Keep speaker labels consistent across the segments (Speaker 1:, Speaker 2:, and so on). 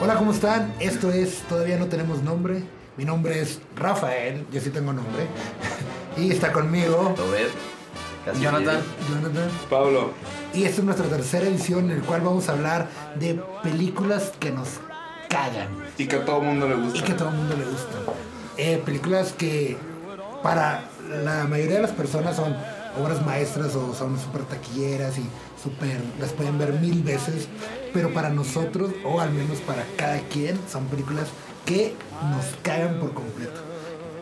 Speaker 1: Hola, ¿cómo están? Esto es Todavía no tenemos nombre. Mi nombre es Rafael, yo sí tengo nombre. y está conmigo
Speaker 2: Robert, casi
Speaker 3: Jonathan.
Speaker 2: llego.
Speaker 1: Jonathan.
Speaker 4: Pablo,
Speaker 1: Y esta es nuestra tercera edición en la cual vamos a hablar de películas que nos cagan
Speaker 4: y que a todo mundo le
Speaker 1: y que a
Speaker 4: gusta.
Speaker 1: todo el mundo le gustan. Eh, películas que para la mayoría de las personas son obras maestras o son súper taquilleras y súper las pueden ver mil veces, pero para nosotros, o al menos para cada quien, son películas que nos cagan por completo.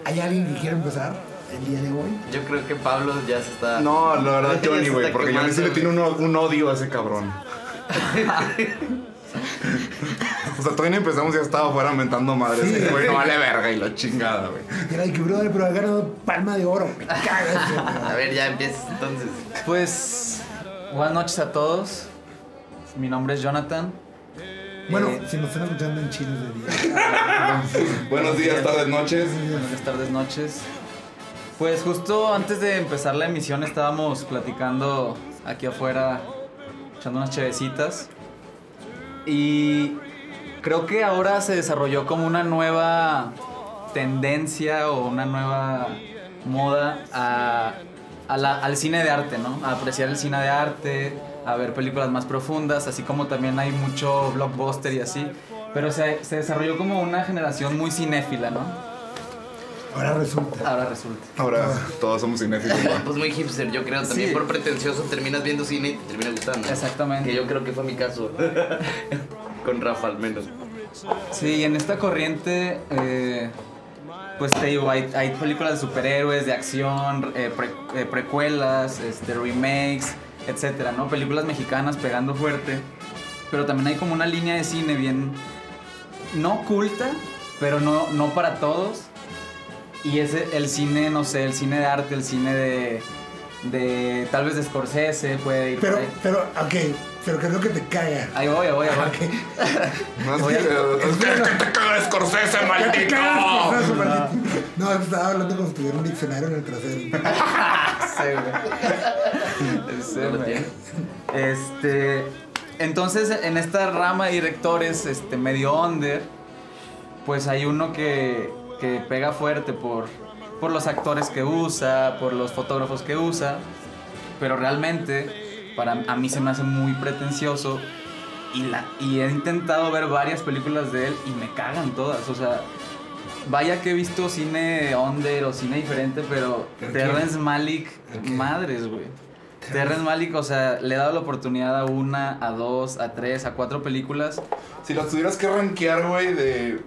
Speaker 1: ¿Hay alguien que quiera empezar el día de hoy?
Speaker 2: Yo creo que Pablo ya se está.
Speaker 4: No, la
Speaker 2: Ya
Speaker 4: verdad,
Speaker 2: se
Speaker 4: Johnny,
Speaker 2: está
Speaker 4: güey, porque Johnny sí le
Speaker 2: quemando,
Speaker 4: tiene un, un odio a ese cabrón. o sea, todavía ni empezamos y ya estaba fuera mentando madres. eh, Güey, no vale verga y la chingada, güey.
Speaker 1: Era de que, brother, pero ha ganado palma de oro. Me cagas, güey.
Speaker 2: A ver, ya empiezas entonces.
Speaker 3: Pues, buenas noches a todos. Mi nombre es Jonathan.
Speaker 1: Bueno,
Speaker 3: Eh,
Speaker 1: si nos están escuchando en Chile de día.
Speaker 4: Buenos días, tardes, noches.
Speaker 3: buenas tardes, noches. Pues justo antes de empezar la emisión estábamos platicando aquí afuera, echando unas chevecitas. Y creo que ahora se desarrolló como una nueva tendencia o una nueva moda a- a la- al cine de arte, ¿no? A apreciar el cine de arte, a ver películas más profundas, así como también hay mucho blockbuster y así. Pero se, se desarrolló como una generación muy cinéfila, ¿no?
Speaker 1: Ahora resulta.
Speaker 3: Ahora resulta.
Speaker 4: Ahora
Speaker 1: Ah.
Speaker 4: todos somos cinéfilos, güey.
Speaker 2: Pues muy hipster, yo creo. También
Speaker 3: Sí.
Speaker 2: por pretencioso terminas viendo cine y te termina gustando.
Speaker 3: Exactamente.
Speaker 2: Que yo creo que fue mi caso. Con Rafa, al menos.
Speaker 3: Sí, y en esta corriente, eh, pues te digo, hay, hay películas de superhéroes, de acción, eh, pre- eh, precuelas, este, remakes, etcétera, ¿no? Películas mexicanas pegando fuerte. Pero también hay como una línea de cine bien. no oculta, pero no, no para todos. Y es el cine, no sé, el cine de arte, el cine de. de tal vez de Scorsese, puede ir. por
Speaker 1: Pero,
Speaker 3: ahí.
Speaker 1: pero, ok, pero creo que te caga.
Speaker 3: Ahí voy, ahí voy, ahí voy.
Speaker 1: Ok.
Speaker 4: No es que te caga Scorsese, maldito.
Speaker 1: No, estaba hablando como si tuviera un diccionario en el trasero.
Speaker 3: Sí, güey. Sí,
Speaker 2: No lo
Speaker 3: güey.
Speaker 2: tiene.
Speaker 3: Este. Entonces, en esta rama de directores, este, medio under, pues hay uno que, que pega fuerte por, por los actores que usa, por los fotógrafos que usa, pero realmente para, a mí se me hace muy pretencioso y, la, y he intentado ver varias películas de él y me cagan todas, o sea, vaya que he visto cine under o cine diferente, pero
Speaker 1: ¿Pero
Speaker 3: Terrence Malick, madres, güey. Terrence Malick, o sea, le he dado la oportunidad a una, a dos, a tres, a cuatro películas.
Speaker 4: Si las tuvieras que rankear, güey, de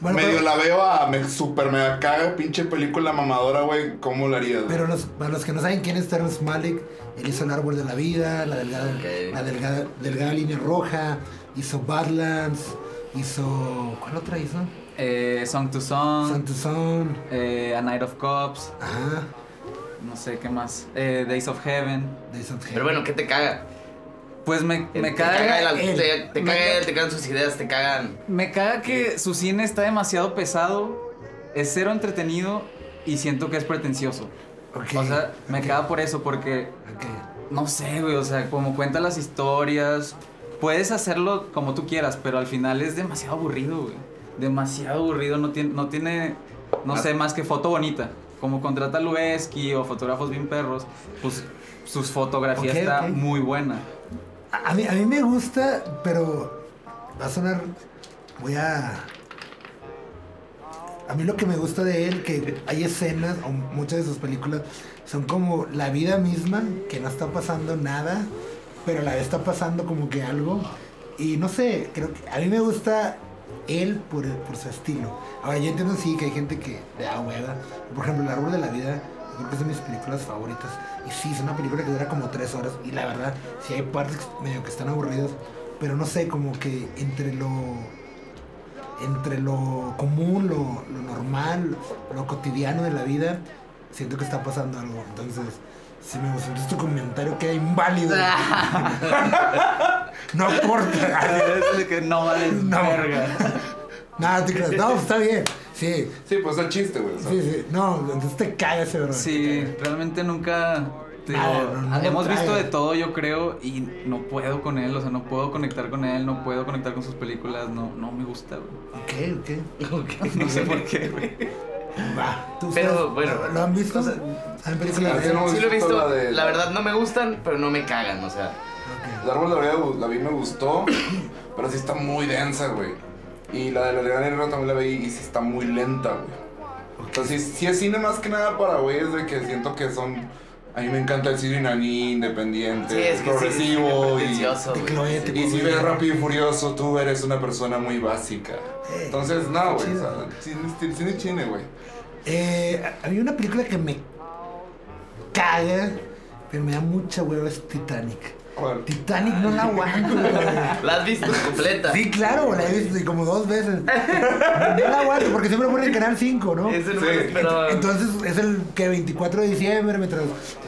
Speaker 1: Bueno,
Speaker 4: medio
Speaker 1: pero,
Speaker 4: la veo a me, super mega caga, pinche película mamadora, güey. ¿Cómo la harías? güey?
Speaker 1: pero los, para los que no saben quién es Terrence Malick, él hizo El Árbol de la Vida, La Delgada,
Speaker 2: Ok.
Speaker 1: la delgada, delgada Línea Roja, hizo Badlands, hizo... ¿Cuál otra hizo?
Speaker 3: Eh, Song to Song.
Speaker 1: Santuson.
Speaker 3: eh, A Night of Cups,
Speaker 1: Ajá.
Speaker 3: no sé qué más, eh, Days of Heaven.
Speaker 1: Days of Heaven.
Speaker 2: Pero bueno, ¿qué te caga?
Speaker 3: Pues me, me
Speaker 2: te caga el
Speaker 3: caga.
Speaker 2: al-
Speaker 1: él.
Speaker 2: te, te
Speaker 3: Me
Speaker 2: caga
Speaker 3: caga-
Speaker 2: él, te cagan sus ideas, te cagan.
Speaker 3: Me caga que su cine está demasiado pesado, es cero entretenido y siento que es pretencioso.
Speaker 1: Ok,
Speaker 3: O sea, me caga por eso, porque
Speaker 1: ok.
Speaker 3: no sé, güey, o sea, como cuenta las historias, puedes hacerlo como tú quieras, pero al final es demasiado aburrido, güey. Demasiado aburrido, no tiene, no tiene, no sé, más que foto bonita. Como contrata Lubeski o fotógrafos bien perros, pues sus fotografía
Speaker 1: Ok,
Speaker 3: está
Speaker 1: ok.
Speaker 3: muy buena.
Speaker 1: A a mí, a mí me gusta, pero va a sonar. Voy a. A mí lo que me gusta de él, que hay escenas, o muchas de sus películas, son como la vida misma, que no está pasando nada, pero a la vez está pasando como que algo. Y no sé, creo que a mí me gusta él por, por su estilo. Ahora, yo entiendo sí que hay gente que le da hueva. Por ejemplo, El Árbol de la Vida, yo creo que es de mis películas favoritas. Y sí, es una película que dura como tres horas. Y la verdad, sí hay partes medio que están aburridas. Pero no sé, como que entre lo... Entre lo común, lo, lo normal, lo cotidiano de la vida, siento que está pasando algo. Entonces, si me gustó tu comentario, queda inválido. no aporta.
Speaker 3: Es de que no vales
Speaker 1: No.
Speaker 3: verga.
Speaker 1: Nada, te creas. No, pues, está bien. Sí,
Speaker 4: Sí, pues es el chiste, güey. o sea.
Speaker 1: Sí, sí, no, entonces te cagas, bro.
Speaker 3: Sí, realmente nunca, Digo,
Speaker 1: Nada, no, no
Speaker 3: hemos
Speaker 1: trae.
Speaker 3: visto de todo, yo creo, y no puedo con él, o sea, no puedo conectar con él, no puedo conectar con sus películas, no, no me gusta, güey.
Speaker 1: Ok, ok.
Speaker 3: No sé por qué, güey.
Speaker 1: Va. ¿Tú
Speaker 5: Pero,
Speaker 1: ustedes
Speaker 5: bueno,
Speaker 1: ¿Lo, lo han visto?
Speaker 5: o sea,
Speaker 1: ¿Han películas
Speaker 6: sí,
Speaker 1: de-
Speaker 6: no,
Speaker 5: Sí lo he visto,
Speaker 6: La
Speaker 5: la,
Speaker 6: de-
Speaker 5: verdad no me gustan, pero no me cagan, o sea.
Speaker 1: Ok.
Speaker 6: El árbol de la vida la vi me gustó, pero sí está muy densa, güey. Y la de la Liga Negra también la vi y sí está muy lenta, güey. Entonces, sí es cine más que nada para güeyes de que siento que son. A mí me encanta el cine iraní, independiente,
Speaker 5: Sí, es que sí, sí,
Speaker 6: progresivo
Speaker 5: es
Speaker 6: y.
Speaker 5: pretencioso,
Speaker 1: Te
Speaker 5: güey.
Speaker 1: cloé,
Speaker 5: Sí.
Speaker 1: te
Speaker 6: Y si ves rápido y furioso, tú eres una persona muy básica.
Speaker 1: Eh,
Speaker 6: Entonces, no, güey. O
Speaker 1: chido.
Speaker 6: sea, cine, cine- cine chine, güey.
Speaker 1: Eh, a- había una película que me caga, pero me da mucha hueva, es Titanic.
Speaker 6: ¿Cuál?
Speaker 1: Titanic no la aguanto, güey.
Speaker 5: ¿La has visto completa?
Speaker 1: Sí, claro, la he visto como dos veces. No la aguanto porque siempre pone el canal 5, ¿no?
Speaker 5: Es el
Speaker 6: Sí.
Speaker 5: más esperado.
Speaker 1: Entonces es el que 24 de diciembre, mientras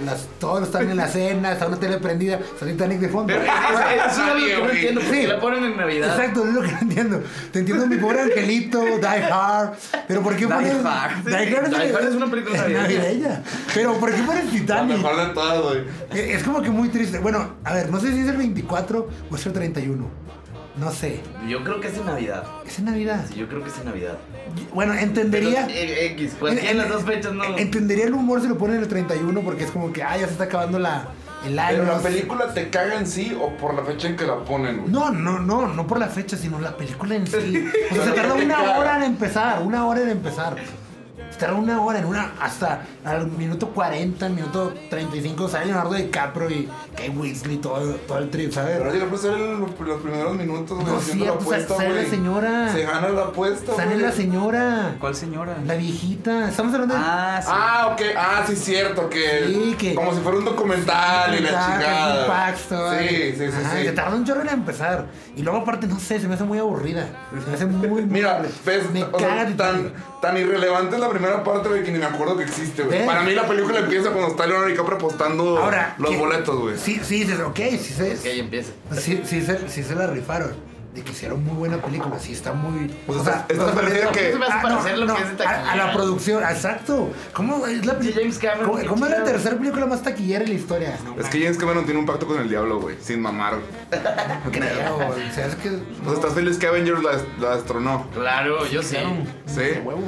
Speaker 1: las, todos están en la cena, está una tele prendida, está Titanic de fondo.
Speaker 5: Pero es- es- eso es algo que no
Speaker 6: Nadie,
Speaker 5: entiendo, porque
Speaker 1: Sí.
Speaker 5: la ponen en Navidad.
Speaker 1: Exacto, es lo que no entiendo. Te entiendo, mi pobre angelito, Die Hard. Pero ¿por qué
Speaker 3: Die
Speaker 1: pones.
Speaker 3: Hard.
Speaker 1: Die Hard,
Speaker 5: Die Hard es una película navideña.
Speaker 1: navideña. Pero ¿por qué pones
Speaker 6: La
Speaker 1: Titanic? Eh,
Speaker 6: mejor de todas, güey.
Speaker 1: Es es como que muy triste. Bueno, a ver, no sé si es el 24 o es el 31. No sé.
Speaker 5: Yo creo que es en Navidad.
Speaker 1: Es en Navidad.
Speaker 5: Sí, yo creo que es en Navidad.
Speaker 1: Bueno,
Speaker 5: Pero,
Speaker 1: entendería.
Speaker 5: eh, X, cualquiera de las dos fechas no.
Speaker 1: Entendería el humor si lo ponen el 31 porque es como que, ah, ya se está acabando la, el año.
Speaker 6: Pero la
Speaker 1: no sé.
Speaker 6: película te caga en sí o por la fecha en que la ponen, güey.
Speaker 1: No, no, no, no por la fecha, sino la película en sí. O sea, se
Speaker 6: Pero
Speaker 1: tarda
Speaker 6: no te
Speaker 1: una
Speaker 6: caga.
Speaker 1: hora en empezar, una hora en empezar. Se tarda una hora en una, hasta al minuto 40, al minuto 35, sale Leonardo DiCaprio y Kate Weasley, todo, todo el trip, ¿sabes?
Speaker 6: Pero yo puse los primeros minutos, güey,
Speaker 1: No es
Speaker 6: haciendo
Speaker 1: cierto,
Speaker 6: la apuesta,
Speaker 1: sale la
Speaker 6: güey.
Speaker 1: señora.
Speaker 6: Se gana la apuesta,
Speaker 1: Sale
Speaker 6: güey.
Speaker 1: la señora,
Speaker 3: ¿Cuál señora?
Speaker 1: la viejita, estamos hablando de...
Speaker 3: Ah, sí.
Speaker 6: Ah, ok. Ah, sí, es cierto. Que,
Speaker 1: Sí, que-
Speaker 6: Como si fuera un documental y la
Speaker 1: Exacto, es un
Speaker 6: chingada.
Speaker 1: paxto,
Speaker 6: sí,
Speaker 1: ¿vale?
Speaker 6: sí, sí.
Speaker 1: Ajá,
Speaker 6: sí.
Speaker 1: Se tarda un chorro en empezar. Y luego, aparte, no sé, se me hace muy aburrida. Se me hace muy.
Speaker 6: Mira,
Speaker 1: muy-
Speaker 6: ves,
Speaker 1: me
Speaker 6: o sea,
Speaker 1: caga Titanic.
Speaker 6: tan, tan irrelevante es la primera parte de que ni me acuerdo que existe,
Speaker 1: ¿Ves?
Speaker 6: güey. Para mí la película empieza cuando está Leonardo DiCaprio apostando
Speaker 1: Ahora.
Speaker 6: los
Speaker 1: ¿qué?
Speaker 6: boletos, güey.
Speaker 1: Sí, sí, dices, ok, sí se.
Speaker 5: Que ahí empieza.
Speaker 1: Sí, sí, se, sí se la rifaron. De que hicieron muy buena película, sí está muy.
Speaker 6: Pues estás- estás perdido que-
Speaker 5: se me hace parecer lo que es de
Speaker 1: ah, a, a
Speaker 5: taquillera.
Speaker 1: la producción, exacto. ¿Cómo es la
Speaker 5: Sí, James Cameron,
Speaker 1: ¿Cómo,
Speaker 5: qué
Speaker 1: cómo es la
Speaker 5: chido.
Speaker 1: tercera película más taquillera en la historia? No
Speaker 6: Es que James Cameron tiene un pacto con el diablo, güey. Sin mamar.
Speaker 1: creo. O sea, es que.
Speaker 6: O sea, estás feliz que Avengers la, la destronó.
Speaker 5: Claro, yo sí.
Speaker 1: Claro,
Speaker 6: Sí.
Speaker 1: de huevo.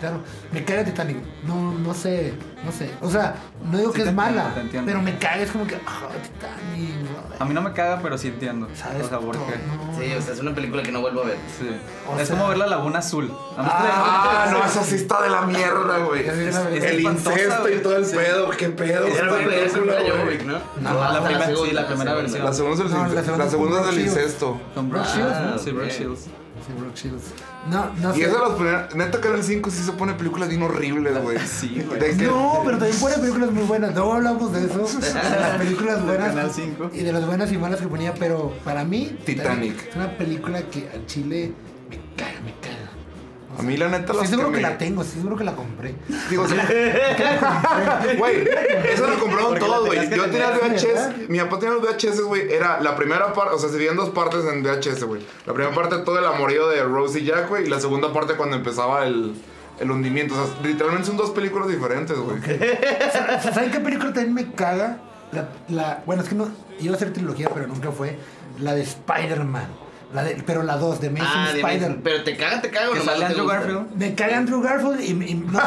Speaker 1: Claro, me caga Titanic. No, no sé, no sé. O sea, no digo
Speaker 3: Sí
Speaker 1: que
Speaker 3: te
Speaker 1: es
Speaker 3: entiendo,
Speaker 1: mala,
Speaker 3: te entiendo.
Speaker 1: pero me caga, es como que, ah, Titanic.
Speaker 3: A mí no me caga, pero sí entiendo.
Speaker 1: ¿Sabes?
Speaker 3: O sea, ¿por
Speaker 1: todo,
Speaker 3: qué?
Speaker 1: no.
Speaker 5: Sí, o sea, es una película que no vuelvo a ver.
Speaker 3: Sí.
Speaker 1: O
Speaker 3: es
Speaker 1: sea-
Speaker 3: como ver la Laguna Azul. ¿La viste la Laguna Azul?
Speaker 6: Ah, no, esa sí está de la mierda, güey.
Speaker 1: Es- es
Speaker 6: El
Speaker 3: espantosa,
Speaker 6: incesto y
Speaker 3: güey.
Speaker 6: todo el
Speaker 3: Sí.
Speaker 6: pedo, qué
Speaker 5: Era la
Speaker 6: pedo. esta
Speaker 5: primera
Speaker 6: película,
Speaker 5: película de
Speaker 6: güey.
Speaker 5: Jovic, ¿no?
Speaker 1: No,
Speaker 5: Ah,
Speaker 3: la primera- sí, la
Speaker 5: segunda,
Speaker 3: primera
Speaker 5: segunda.
Speaker 3: versión.
Speaker 6: La segunda es el
Speaker 1: No, la
Speaker 6: ince-
Speaker 1: segunda
Speaker 6: la segunda
Speaker 1: es
Speaker 6: es el
Speaker 1: Brooke Shields.
Speaker 6: incesto.
Speaker 3: Con Brooke
Speaker 5: Ah,
Speaker 3: Shields, ¿no? Sí,
Speaker 5: ok.
Speaker 3: Brooke Shields.
Speaker 1: Sí, Brooke Shields. No, no
Speaker 6: Y
Speaker 1: sé.
Speaker 6: esa de las primeras. Neta, Canal 5 sí se pone películas bien horribles, güey.
Speaker 3: Sí, güey.
Speaker 6: De que-
Speaker 1: No, pero también pone películas muy buenas. Luego hablamos de eso, de las películas buenas
Speaker 3: Canal 5.
Speaker 1: y de las buenas y malas que ponía, pero para mí
Speaker 6: Titanic.
Speaker 1: es una película que al Chile me caga, me caga.
Speaker 6: A mí, la neta,
Speaker 1: Estoy
Speaker 6: las
Speaker 1: seguro
Speaker 6: me-
Speaker 1: que la tengo, estoy seguro que la compré.
Speaker 6: Digo, sí. Güey, eso lo compraron
Speaker 3: Porque la
Speaker 6: todos, güey.
Speaker 3: tenías que
Speaker 6: Yo tenía
Speaker 1: tener,
Speaker 6: VHS.
Speaker 1: ¿verdad?
Speaker 6: Mi papá tenía los VHS, güey. Era la primera parte, o sea, se dividían dos partes en VHS, güey. La primera parte, todo el amorío de Rose y Jack, güey. Y la segunda parte, cuando empezaba el, el hundimiento. O sea, literalmente son dos películas diferentes, güey.
Speaker 1: ¿Saben qué película también me caga? La, la- bueno, es que no iba a ser trilogía, pero nunca fue. La de Spider-Man. La de- pero la 2, de Amazing
Speaker 5: Ah, de
Speaker 1: Spider.
Speaker 5: Amazing- Pero te caga, te caga. o
Speaker 3: Que
Speaker 5: nomás
Speaker 3: sale
Speaker 5: no te
Speaker 3: Andrew
Speaker 5: gusta?
Speaker 3: Garfield.
Speaker 1: Me caga Andrew Garfield y, y- no, no,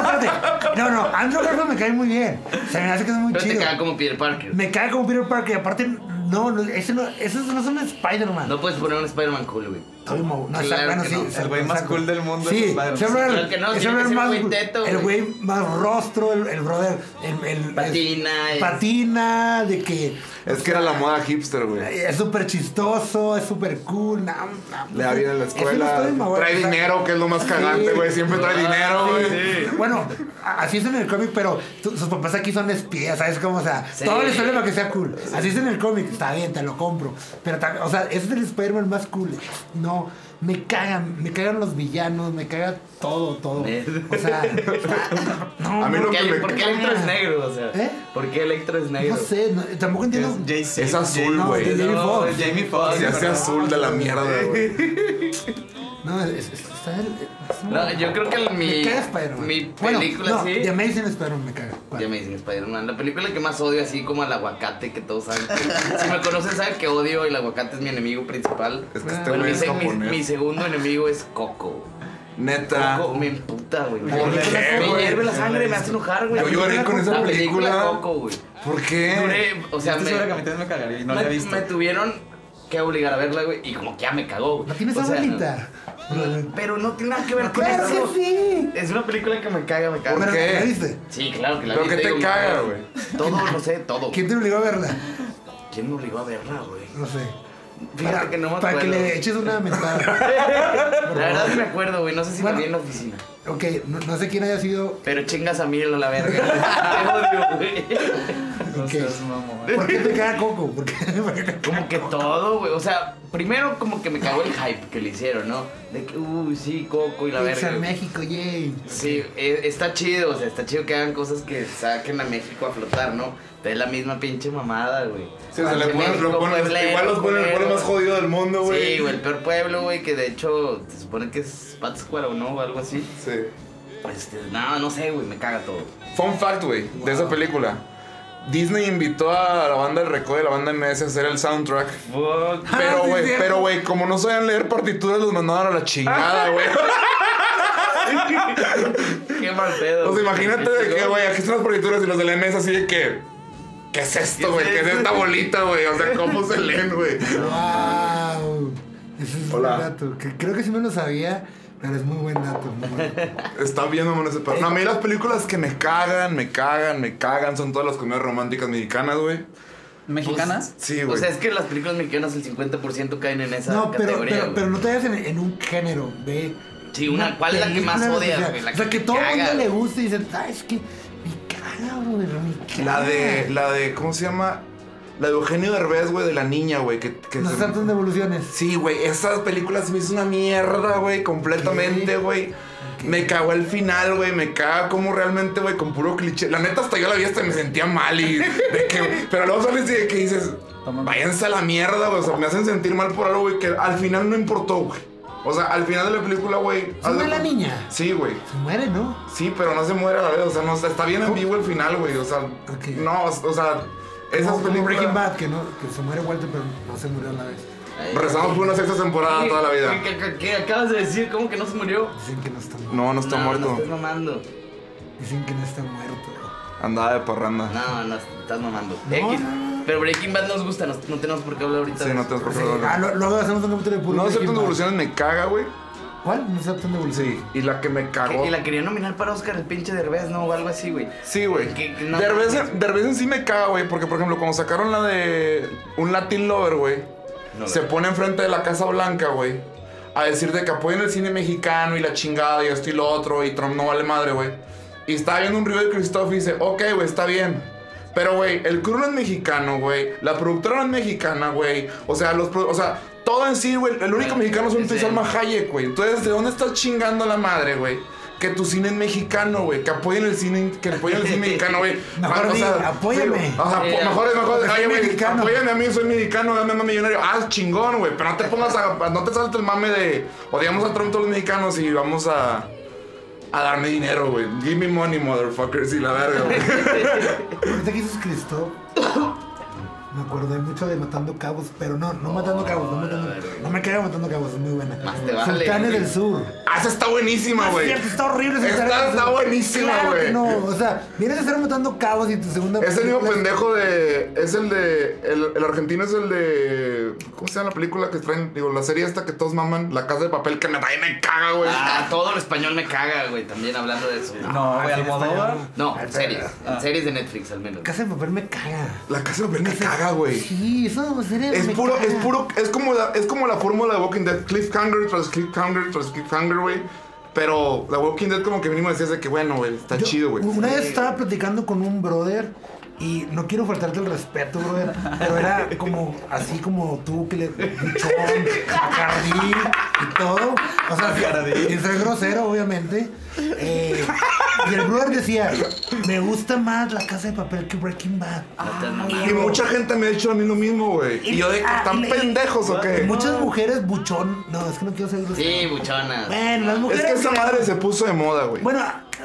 Speaker 1: espérate. No, no, Andrew Garfield me cae muy bien. Se me hace que es muy
Speaker 5: Pero te
Speaker 1: chido.
Speaker 5: caga como Peter Parker.
Speaker 1: Me caga como Peter Parker y aparte, no, no, ese no, esos no son Spider-Man.
Speaker 5: No puedes poner un Spider-Man cool, güey.
Speaker 1: Tobey Maguire. No,
Speaker 5: Claro
Speaker 1: exacto, bueno,
Speaker 5: que
Speaker 1: sí,
Speaker 5: no.
Speaker 1: exacto,
Speaker 3: El güey más
Speaker 1: exacto.
Speaker 3: cool del mundo es
Speaker 1: Sí,
Speaker 3: Spider-Man.
Speaker 1: siempre
Speaker 5: Claro que no,
Speaker 1: el,
Speaker 5: tiene que
Speaker 1: siempre el
Speaker 5: ser
Speaker 1: más,
Speaker 5: un güey teto,
Speaker 1: el
Speaker 5: güey.
Speaker 1: güey más rostro, el, el brother, el, el- el-
Speaker 5: Patina, es-
Speaker 1: patina, de que
Speaker 6: Es que era la moda hipster, güey.
Speaker 1: es súper chistoso, es súper cool, no, no,
Speaker 6: Le da bien en la
Speaker 1: es que no
Speaker 6: escuela.
Speaker 1: estoy mamón,
Speaker 6: Trae
Speaker 1: o sea,
Speaker 6: dinero, que es lo más cagante, güey. Siempre
Speaker 3: Ah,
Speaker 6: trae dinero, güey.
Speaker 1: Bueno, a- así es en el cómic, pero tu- sus papás aquí son espías, ¿sabes cómo? O sea,
Speaker 5: Sí.
Speaker 1: todo le sale para que sea cool. Así es en el cómic, está bien, te lo compro. Pero, ta- o sea, ese es el Spider-Man más cool. No, me cagan, me cagan los villanos, me caga todo, todo. O sea, está- no,
Speaker 6: A mí
Speaker 1: no,
Speaker 5: ¿Por
Speaker 6: lo que
Speaker 5: qué,
Speaker 6: me
Speaker 5: por qué
Speaker 6: caga-
Speaker 5: Electro es negro? O sea,
Speaker 1: ¿Eh?
Speaker 5: ¿por qué Electro es negro?
Speaker 1: no sé, no- tampoco
Speaker 3: Es
Speaker 1: entiendo.
Speaker 3: Jay-Z.
Speaker 6: Es azul,
Speaker 1: No,
Speaker 6: güey.
Speaker 1: Jamie
Speaker 5: No,
Speaker 1: Foxx.
Speaker 5: es Jamie
Speaker 3: Jamie
Speaker 5: Foxx.
Speaker 3: Foxx.
Speaker 6: Se hace azul de la mierda, güey.
Speaker 1: No, es- es- está el. es-
Speaker 5: No, yo creo que el- mi,
Speaker 1: Me caga Spider-Man.
Speaker 5: mi
Speaker 1: Bueno,
Speaker 5: película
Speaker 1: no,
Speaker 5: sí.
Speaker 1: The Amazing Spider-Man me caga. ¿Cuál?
Speaker 5: Ya me dicen Spider-Man. La película que más odio, así como al aguacate, que todos saben. que- si me conocen, saben que odio. El aguacate es mi enemigo principal.
Speaker 6: Es que este
Speaker 5: Bueno,
Speaker 6: güey
Speaker 5: mi,
Speaker 6: es
Speaker 5: se- mi-
Speaker 6: japonés.
Speaker 5: mi segundo enemigo es Coco.
Speaker 6: Neta.
Speaker 5: Coco me emputa, güey. Me
Speaker 1: ¿Por
Speaker 5: hierve-
Speaker 6: qué,
Speaker 5: me
Speaker 6: güey?
Speaker 5: hierve la sangre, me hace enojar, güey.
Speaker 6: Yo lloré con esa
Speaker 5: La
Speaker 6: película. Eh,
Speaker 5: Coco, güey.
Speaker 6: ¿Por qué?
Speaker 5: Duré, o sea,
Speaker 3: Estoy
Speaker 5: me,
Speaker 3: seguro que a mí también me cagaría y no
Speaker 5: me,
Speaker 3: la he visto.
Speaker 5: me tuvieron que obligar a verla, güey. Y como que ya me cagó, güey.
Speaker 1: ¿La tienes
Speaker 5: O sea,
Speaker 1: abuelita?
Speaker 5: no- pero no tiene nada que ver con
Speaker 1: ¡Claro
Speaker 5: eso.
Speaker 1: que sí!
Speaker 5: Es una película que me caga, me caga.
Speaker 6: ¿Por
Speaker 1: Pero,
Speaker 6: qué?
Speaker 1: ¿La viste?
Speaker 5: Sí, claro que la
Speaker 6: ¿Pero
Speaker 5: vi,
Speaker 6: qué te
Speaker 5: digo,
Speaker 6: caga,
Speaker 5: me-
Speaker 6: güey?
Speaker 5: Todo, lo sé, todo.
Speaker 1: ¿Quién te obligó a verla?
Speaker 5: ¿Quién me obligó a verla, güey?
Speaker 1: No sé.
Speaker 5: Fíjate
Speaker 1: Para-
Speaker 5: que no me
Speaker 1: Para que
Speaker 5: acuerdo.
Speaker 1: le eches una mentada.
Speaker 5: La verdad no me acuerdo, güey. No sé si
Speaker 1: Bueno.
Speaker 5: la vi en la oficina.
Speaker 1: ok, no, no sé quién haya sido.
Speaker 5: Pero chingas a Miguel a la verga. Te odio, güey.
Speaker 3: No
Speaker 1: ok.
Speaker 3: seas mamón.
Speaker 1: ¿Por qué te caga Coco? ¿Por qué? ¿Por qué te caga?
Speaker 5: Como que todo, güey. O sea, primero como que me cagó el hype que le hicieron, ¿no? De que, uy, sí, Coco y la verga.
Speaker 1: Pixar
Speaker 5: güey.
Speaker 1: México, yay.
Speaker 5: Sí, eh, está chido, o sea, está chido que hagan cosas que saquen a México a flotar, ¿no? Pero es la misma pinche mamada, güey.
Speaker 6: Sí, o sea, le
Speaker 5: Pinche
Speaker 6: ponen-
Speaker 5: México,
Speaker 6: lo ponen-
Speaker 5: pueblero,
Speaker 6: igual los ponen el pueblo más
Speaker 5: culero.
Speaker 6: jodido del mundo, güey.
Speaker 5: Sí, güey, el peor pueblo, güey, que de hecho se supone que es Pátzcuaro, ¿no? O algo así.
Speaker 6: Sí.
Speaker 5: Este, no, no sé, güey, me caga todo.
Speaker 6: Fun fact, güey, de esa película. Disney invitó a la banda del Recodo y la banda MS a hacer el soundtrack.
Speaker 5: Fuck.
Speaker 1: Ah,
Speaker 6: Pero,
Speaker 1: sí,
Speaker 6: güey,
Speaker 1: cierto.
Speaker 6: pero, güey, como no sabían leer partituras, los mandaron a la chingada, güey.
Speaker 5: Qué mal pedo.
Speaker 6: O
Speaker 5: güey.
Speaker 6: sea, Pues imagínate de que, güey, aquí están las partituras y los de la MS así de que. ¿Qué es esto, güey? ¿Qué es esta bolita, güey? O sea, ¿cómo se leen, güey?
Speaker 1: ¡Wow! Ese es un
Speaker 6: Hola.
Speaker 1: buen dato. que creo que sí me lo sabía, pero es muy buen dato. Muy bueno.
Speaker 6: Está bien, mamón, ese pedo. No, a mí las películas que me cagan, me cagan, me cagan son todas las comedias románticas mexicanas, güey.
Speaker 3: ¿Mexicanas?
Speaker 6: Pues, Sí,
Speaker 5: O
Speaker 6: güey.
Speaker 5: sea, es que las películas mexicanas el 50% caen en esa
Speaker 1: No, pero,
Speaker 5: categoría.
Speaker 1: pero,
Speaker 5: güey.
Speaker 1: pero no te vayas en, en un género, ve.
Speaker 5: Sí, una- ¿cuál es la que más
Speaker 1: película,
Speaker 5: odias,
Speaker 1: o sea,
Speaker 5: güey? La
Speaker 1: o sea,
Speaker 5: que
Speaker 1: que,
Speaker 5: te
Speaker 1: todo el mundo
Speaker 5: caga.
Speaker 1: le gusta y dicen, ah, es que me caga, güey, me caga.
Speaker 6: La de, la de, ¿cómo se llama? La de Eugenio Derbez, güey, de la niña, güey, que, que
Speaker 1: No
Speaker 6: se-
Speaker 1: se tratan de evoluciones.
Speaker 6: Sí, güey, esas películas me hizo una mierda, güey, completamente,
Speaker 1: ¿Qué?
Speaker 6: güey. Me cagó el final, güey, me caga como realmente, güey, con puro cliché. La neta, hasta yo la vi hasta me sentía mal y de que... Pero luego sales y de que dices,
Speaker 3: Toma.
Speaker 6: váyanse a la mierda, güey, o sea, me hacen sentir mal por algo, güey, que al final no importó, güey. O sea, al final de la película, güey...
Speaker 1: ¿Se
Speaker 6: haz de
Speaker 1: muere la
Speaker 6: cu-
Speaker 1: niña?
Speaker 6: Sí, güey.
Speaker 1: Se muere, ¿no?
Speaker 6: Sí, pero no se muere a la vez, o sea, no, está bien en vivo el final, güey, o sea,
Speaker 1: Ok.
Speaker 6: no, o sea, esas
Speaker 1: Como- como
Speaker 6: películas...
Speaker 1: Breaking Bad, que, no, que se muere Walter, pero no se murió a la vez.
Speaker 5: Ay,
Speaker 6: Rezamos por una sexta temporada
Speaker 5: ¿qué-
Speaker 6: toda la vida.
Speaker 5: ¿Qué, qué- qué acabas de decir? ¿Cómo que no se murió?
Speaker 1: Dicen que no está muerto.
Speaker 6: No, no está
Speaker 5: no,
Speaker 6: muerto.
Speaker 5: No estás mamando.
Speaker 1: Dicen que no está muerto.
Speaker 6: Andaba de parranda.
Speaker 5: No, no estás mamando.
Speaker 1: No,
Speaker 5: X.
Speaker 1: no, no, no.
Speaker 5: Pero Breaking Bad nos gusta, no, no tenemos por qué hablar ahorita.
Speaker 6: Sí,
Speaker 5: de
Speaker 6: no
Speaker 5: eso.
Speaker 6: tenemos
Speaker 1: Sí,
Speaker 6: por qué
Speaker 1: ah,
Speaker 6: hablar.
Speaker 1: lo- luego hacemos un capítulo de puro
Speaker 6: No
Speaker 1: Breaking
Speaker 6: aceptan
Speaker 1: Bad.
Speaker 6: devoluciones, me caga, güey.
Speaker 1: ¿Cuál? No aceptan devoluciones.
Speaker 6: Sí, y la que me cagó.
Speaker 5: Que- Y la quería nominar para Oscar el pinche Derbez, ¿no? O algo así, güey.
Speaker 6: Sí, güey.
Speaker 5: Que- que no-
Speaker 6: Derbez, Derbez en sí me caga, güey, porque por ejemplo, cuando sacaron la de un Latin Lover, güey,
Speaker 5: No,
Speaker 6: se
Speaker 5: güey.
Speaker 6: pone enfrente de la Casa Blanca, güey, a decir de que apoyen el cine mexicano y la chingada y esto y lo otro y Trump no vale madre, güey. Y estaba viendo un review de Christoph y dice, ok, güey, está bien. Pero, güey, el crew no es mexicano, güey. La productora no es mexicana, güey. O sea, los, pro- o sea, todo en sí, güey. El único
Speaker 5: Ah,
Speaker 6: mexicano es un
Speaker 5: es
Speaker 6: Luis
Speaker 5: él.
Speaker 6: Alma Hayek, güey. Entonces, ¿de dónde estás chingando a la madre, güey? Que tu cine es mexicano, güey. Que apoyen el cine, que apoyen el cine mexicano, güey.
Speaker 1: Mejor di, apóyame.
Speaker 6: sí, o sea,
Speaker 5: Sí,
Speaker 6: po-
Speaker 5: ya.
Speaker 6: mejor es mejor.
Speaker 1: Porque
Speaker 6: Oye,
Speaker 1: soy
Speaker 6: güey,
Speaker 1: mexicano.
Speaker 6: apóyame a mí, soy mexicano, dame más millonario. Ah, chingón, güey. Pero no te pongas a. No te salte el mame de. Odiamos a Trump todos los mexicanos y vamos a. A darme dinero, güey. Give me money, motherfuckers. Y la verga, güey.
Speaker 1: Ahorita que dices Cristo, me acordé mucho de Matando Cabos, pero no, no Matando Cabos, no Matando No me queda Matando Cabos, es muy buena.
Speaker 5: Más te vale,
Speaker 1: Sultanes
Speaker 5: güey.
Speaker 1: del Sur.
Speaker 6: Ah, esa está buenísima, güey.
Speaker 1: Cierto, está horrible.
Speaker 6: Está-
Speaker 1: Sultanes del
Speaker 6: está
Speaker 1: Sur.
Speaker 6: buenísima,
Speaker 1: Claro que
Speaker 6: güey.
Speaker 1: No, o sea, vienes a estar Matando Cabos y tu segunda
Speaker 6: Es el mismo
Speaker 1: película-
Speaker 6: pendejo de. Es el de. El, el argentino es el de. ¿Cómo se llama la película que traen? Digo, la serie esta que todos maman, La Casa de Papel, que me trae me caga, güey.
Speaker 5: Ah, todo el español me caga, güey, también hablando de eso.
Speaker 3: No, güey, Almodóvar.
Speaker 5: No, en series.
Speaker 1: Ah.
Speaker 5: En series de Netflix, al menos.
Speaker 1: Casa de papel me caga.
Speaker 6: La Casa de Papel me caga, güey.
Speaker 1: Sí, eso sería.
Speaker 6: Es
Speaker 1: me
Speaker 6: puro,
Speaker 1: caga.
Speaker 6: es puro, es como la, es como la fórmula de Walking Dead, cliffhanger tras cliffhanger tras cliffhanger, güey. Pero la Walking Dead como que mínimo decías de que bueno, güey, está
Speaker 1: Yo-
Speaker 6: chido, güey.
Speaker 1: Una vez estaba platicando con un brother Y no quiero faltarte el respeto, brother, pero era como así como tú que le buchón, Bacardí y todo. O sea, sin ser grosero, obviamente. Eh, y el brother decía, me gusta más la casa de papel que Breaking Bad.
Speaker 6: Y mucha gente me ha hecho a mí lo mismo, güey. Y yo de que
Speaker 1: Ah,
Speaker 6: están
Speaker 1: y-
Speaker 6: pendejos o
Speaker 1: Y
Speaker 6: qué.
Speaker 1: muchas mujeres buchón. No, es que no quiero ser grosero.
Speaker 5: Sí, buchona.
Speaker 1: Bueno, las
Speaker 6: Es
Speaker 1: mujeres.
Speaker 6: que esa madre se puso de moda, güey.
Speaker 1: Bueno,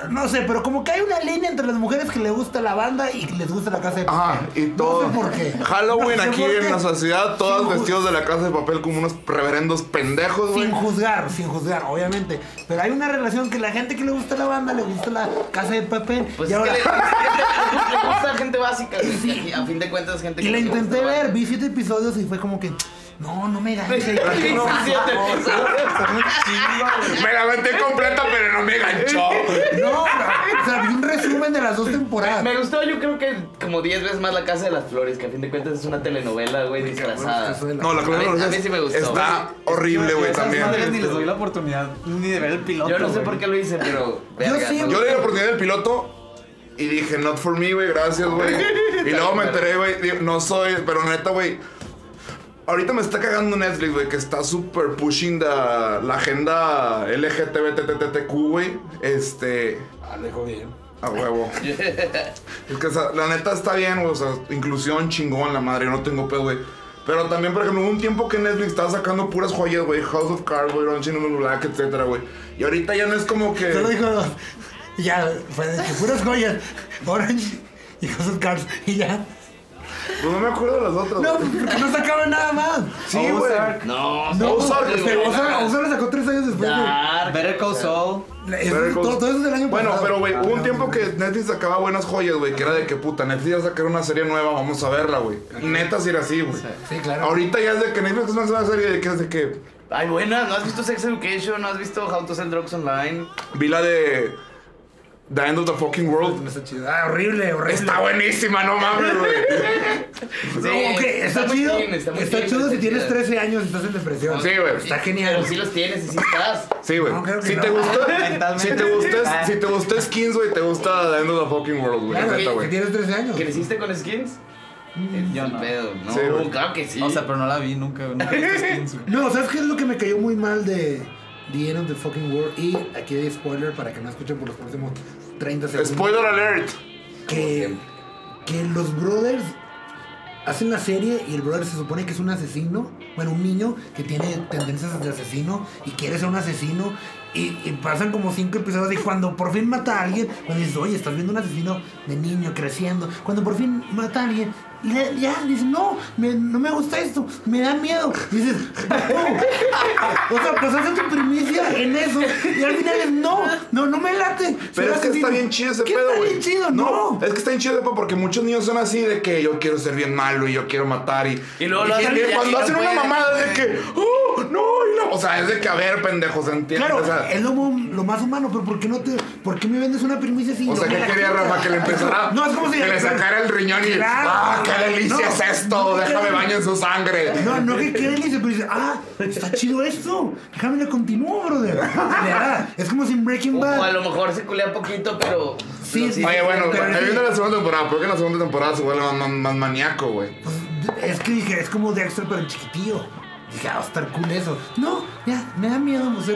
Speaker 1: no sé, pero como que hay una línea entre las mujeres que les gusta la banda y que les gusta la casa de
Speaker 6: Ajá, y todo.
Speaker 1: No sé por qué.
Speaker 6: Halloween
Speaker 1: No sé
Speaker 6: aquí
Speaker 1: por
Speaker 6: en
Speaker 1: qué.
Speaker 6: la sociedad, todas
Speaker 1: Sin ju-
Speaker 6: vestidos de la casa de papel como unos reverendos pendejos, güey.
Speaker 1: Sin juzgar, sin juzgar, obviamente. Pero hay una relación que la gente que le gusta la banda le gusta la casa de papel.
Speaker 5: Pues
Speaker 1: y
Speaker 5: es
Speaker 1: ahora,
Speaker 5: que le, le- le gusta a gente básica, güey, que a fin de cuentas gente
Speaker 1: y
Speaker 5: que
Speaker 1: la
Speaker 5: le gusta
Speaker 1: intenté
Speaker 5: la-
Speaker 1: ver, vi siete episodios y fue como que, no, no me ganché.
Speaker 5: No, siete episodios.
Speaker 6: Me la metí completa, pero no me enganchó.
Speaker 1: No, no, o sea, vi un resumen de las dos temporadas.
Speaker 5: Me gustó, yo creo que como 10 veces más La Casa de las Flores, que a fin de cuentas es una telenovela, güey, disfrazada.
Speaker 6: No, la
Speaker 5: A
Speaker 6: clave
Speaker 5: mí-
Speaker 6: no
Speaker 5: a mí sí me gustó.
Speaker 6: Está horrible, güey,
Speaker 3: Esas madres ni
Speaker 6: también.
Speaker 3: les doy la oportunidad ni de ver el piloto.
Speaker 5: Yo no sé
Speaker 3: güey.
Speaker 5: por qué lo hice, pero.
Speaker 1: sí,
Speaker 5: no-
Speaker 6: Yo le di la oportunidad del piloto y dije, not for me, güey, gracias, güey. Y luego me enteré, güey, digo, no soy, pero neta, güey. Ahorita me está cagando Netflix, güey, que está super pushing the- la agenda LGTBTTTQ, güey. Este.
Speaker 7: Alejo bien.
Speaker 6: A huevo. es que o sea, la neta está bien, güey. O sea, inclusión chingón, la madre. Yo no tengo pedo, güey. Pero también, por ejemplo, hubo un tiempo que Netflix estaba sacando puras joyas, güey. House of Cards, güey, Orange Number Black, etcétera, güey. Y ahorita ya no es como que.
Speaker 1: Solo dijo dos. Y ya, fue de que puras joyas. Orange y House of Cards. Y ya.
Speaker 6: Pues no me acuerdo de las otras.
Speaker 1: No,
Speaker 6: güey.
Speaker 1: porque no sacaban nada más. Este,
Speaker 6: sí, güey.
Speaker 5: No,
Speaker 1: No,
Speaker 6: Ozark,
Speaker 5: güey,
Speaker 1: pero
Speaker 5: güey,
Speaker 1: Ozark, Ozark la sacó tres años después. güey.
Speaker 5: Dark.
Speaker 3: Better Call Saul.
Speaker 1: Es-
Speaker 6: Better Call-
Speaker 1: todo, todo eso es del año
Speaker 6: Bueno,
Speaker 1: pasado.
Speaker 6: pero güey,
Speaker 1: Ah,
Speaker 6: hubo un
Speaker 1: no,
Speaker 6: tiempo
Speaker 1: no.
Speaker 6: que Netflix sacaba buenas joyas, güey, que era de que puta, Netflix va a sacar una serie nueva, vamos a verla, güey. Neta si era así, güey.
Speaker 1: Sí, claro.
Speaker 6: Ahorita ya es de que Netflix no hace una serie de que es de que
Speaker 5: Ay, buena, ¿no has visto Sex Education? ¿No has visto How to Sell Drugs Online?
Speaker 6: vi la de The End of the Fucking World.
Speaker 1: Está chido. Ah, horrible, horrible.
Speaker 6: Está buenísima, no mames, güey.
Speaker 5: Sí,
Speaker 1: Como que está,
Speaker 5: muy
Speaker 1: chido.
Speaker 5: bien,
Speaker 1: está
Speaker 5: muy bien,
Speaker 1: chido si
Speaker 5: está
Speaker 1: tienes
Speaker 5: chida.
Speaker 1: 13 años y estás en depresión.
Speaker 6: Sí, güey.
Speaker 1: Está genial.
Speaker 5: Pero sí los tienes y sí estás.
Speaker 6: Sí, güey.
Speaker 1: No, creo que
Speaker 6: si,
Speaker 1: no.
Speaker 6: te gustó,
Speaker 3: Mentalmente.
Speaker 6: si te gustó,
Speaker 3: Ah.
Speaker 6: si te gustó Skins, güey, te gusta The End of the Fucking World, güey.
Speaker 1: Claro,
Speaker 6: Neta,
Speaker 1: si
Speaker 6: güey.
Speaker 1: tienes 13 años.
Speaker 5: ¿Creciste con skins?
Speaker 3: Yo no.
Speaker 5: Pedo, no,
Speaker 6: Sí, güey.
Speaker 5: claro que sí.
Speaker 3: O sea, pero no la vi nunca. nunca he visto Skins, güey.
Speaker 1: No, ¿sabes qué es lo que me cayó muy mal de The End of the Fucking World? Y aquí hay spoiler para que no escuchen por los próximos 30 segundos.
Speaker 6: Spoiler alert.
Speaker 1: que, que los brothers hacen la serie y el brother se supone que es un asesino, bueno, un niño que tiene tendencias de asesino y quiere ser un asesino. Y, y pasan como cinco episodios y cuando por fin mata a alguien, cuando dices, oye, estás viendo un asesino de niño creciendo, cuando por fin mata a alguien, le- ya, dices, no, me- no me gusta esto, me da miedo. Y dices, no. O sea, pasaste tu primicia en eso y al final es, no, no, no me late.
Speaker 6: Pero es que está bien chido ese
Speaker 1: ¿Qué
Speaker 6: pedo,
Speaker 1: está
Speaker 6: güey.
Speaker 1: bien chido? No.
Speaker 6: Es que está bien chido, de pa, porque muchos niños son así de que yo quiero ser bien malo y yo quiero matar y.
Speaker 5: Y luego lo hacen
Speaker 6: y
Speaker 5: y
Speaker 6: cuando
Speaker 5: ya
Speaker 6: hacen
Speaker 5: no
Speaker 6: una
Speaker 5: pueden.
Speaker 6: mamada es de que. ¡Oh! ¡No! y la- o sea, es de que a ver, pendejos, ¿entiendes?
Speaker 1: Claro,
Speaker 6: o sea,
Speaker 1: es lo, mo- lo más humano, pero ¿por qué no te, por qué me vendes una primicia sin
Speaker 6: O sea, ¿qué quería Rafa? Que le empezara.
Speaker 1: No, es como si
Speaker 6: Que le sacara el riñón y.
Speaker 1: Claro.
Speaker 6: ¡Ah, qué delicia
Speaker 1: No,
Speaker 6: es esto!
Speaker 1: no te
Speaker 6: Déjame
Speaker 1: queda-
Speaker 6: baño en su sangre.
Speaker 1: No, no que quede dice, pero dice, ah, está chido esto. Déjame le continúo, brother. De verdad, Es como si en Breaking
Speaker 5: O, o a
Speaker 1: Bad.
Speaker 5: lo mejor se culea poquito, pero.
Speaker 1: Sí,
Speaker 5: pero
Speaker 6: Oye, bueno,
Speaker 1: Pero
Speaker 6: ahí
Speaker 1: sí.
Speaker 6: viene la segunda temporada. ¿Por qué en la segunda temporada se vuelve más, más- más maníaco, güey?
Speaker 1: Pues, es que dije, es como Dexter, pero en chiquitillo. Dije, ah, va a estar cool eso. No, ya, me da miedo. o sea,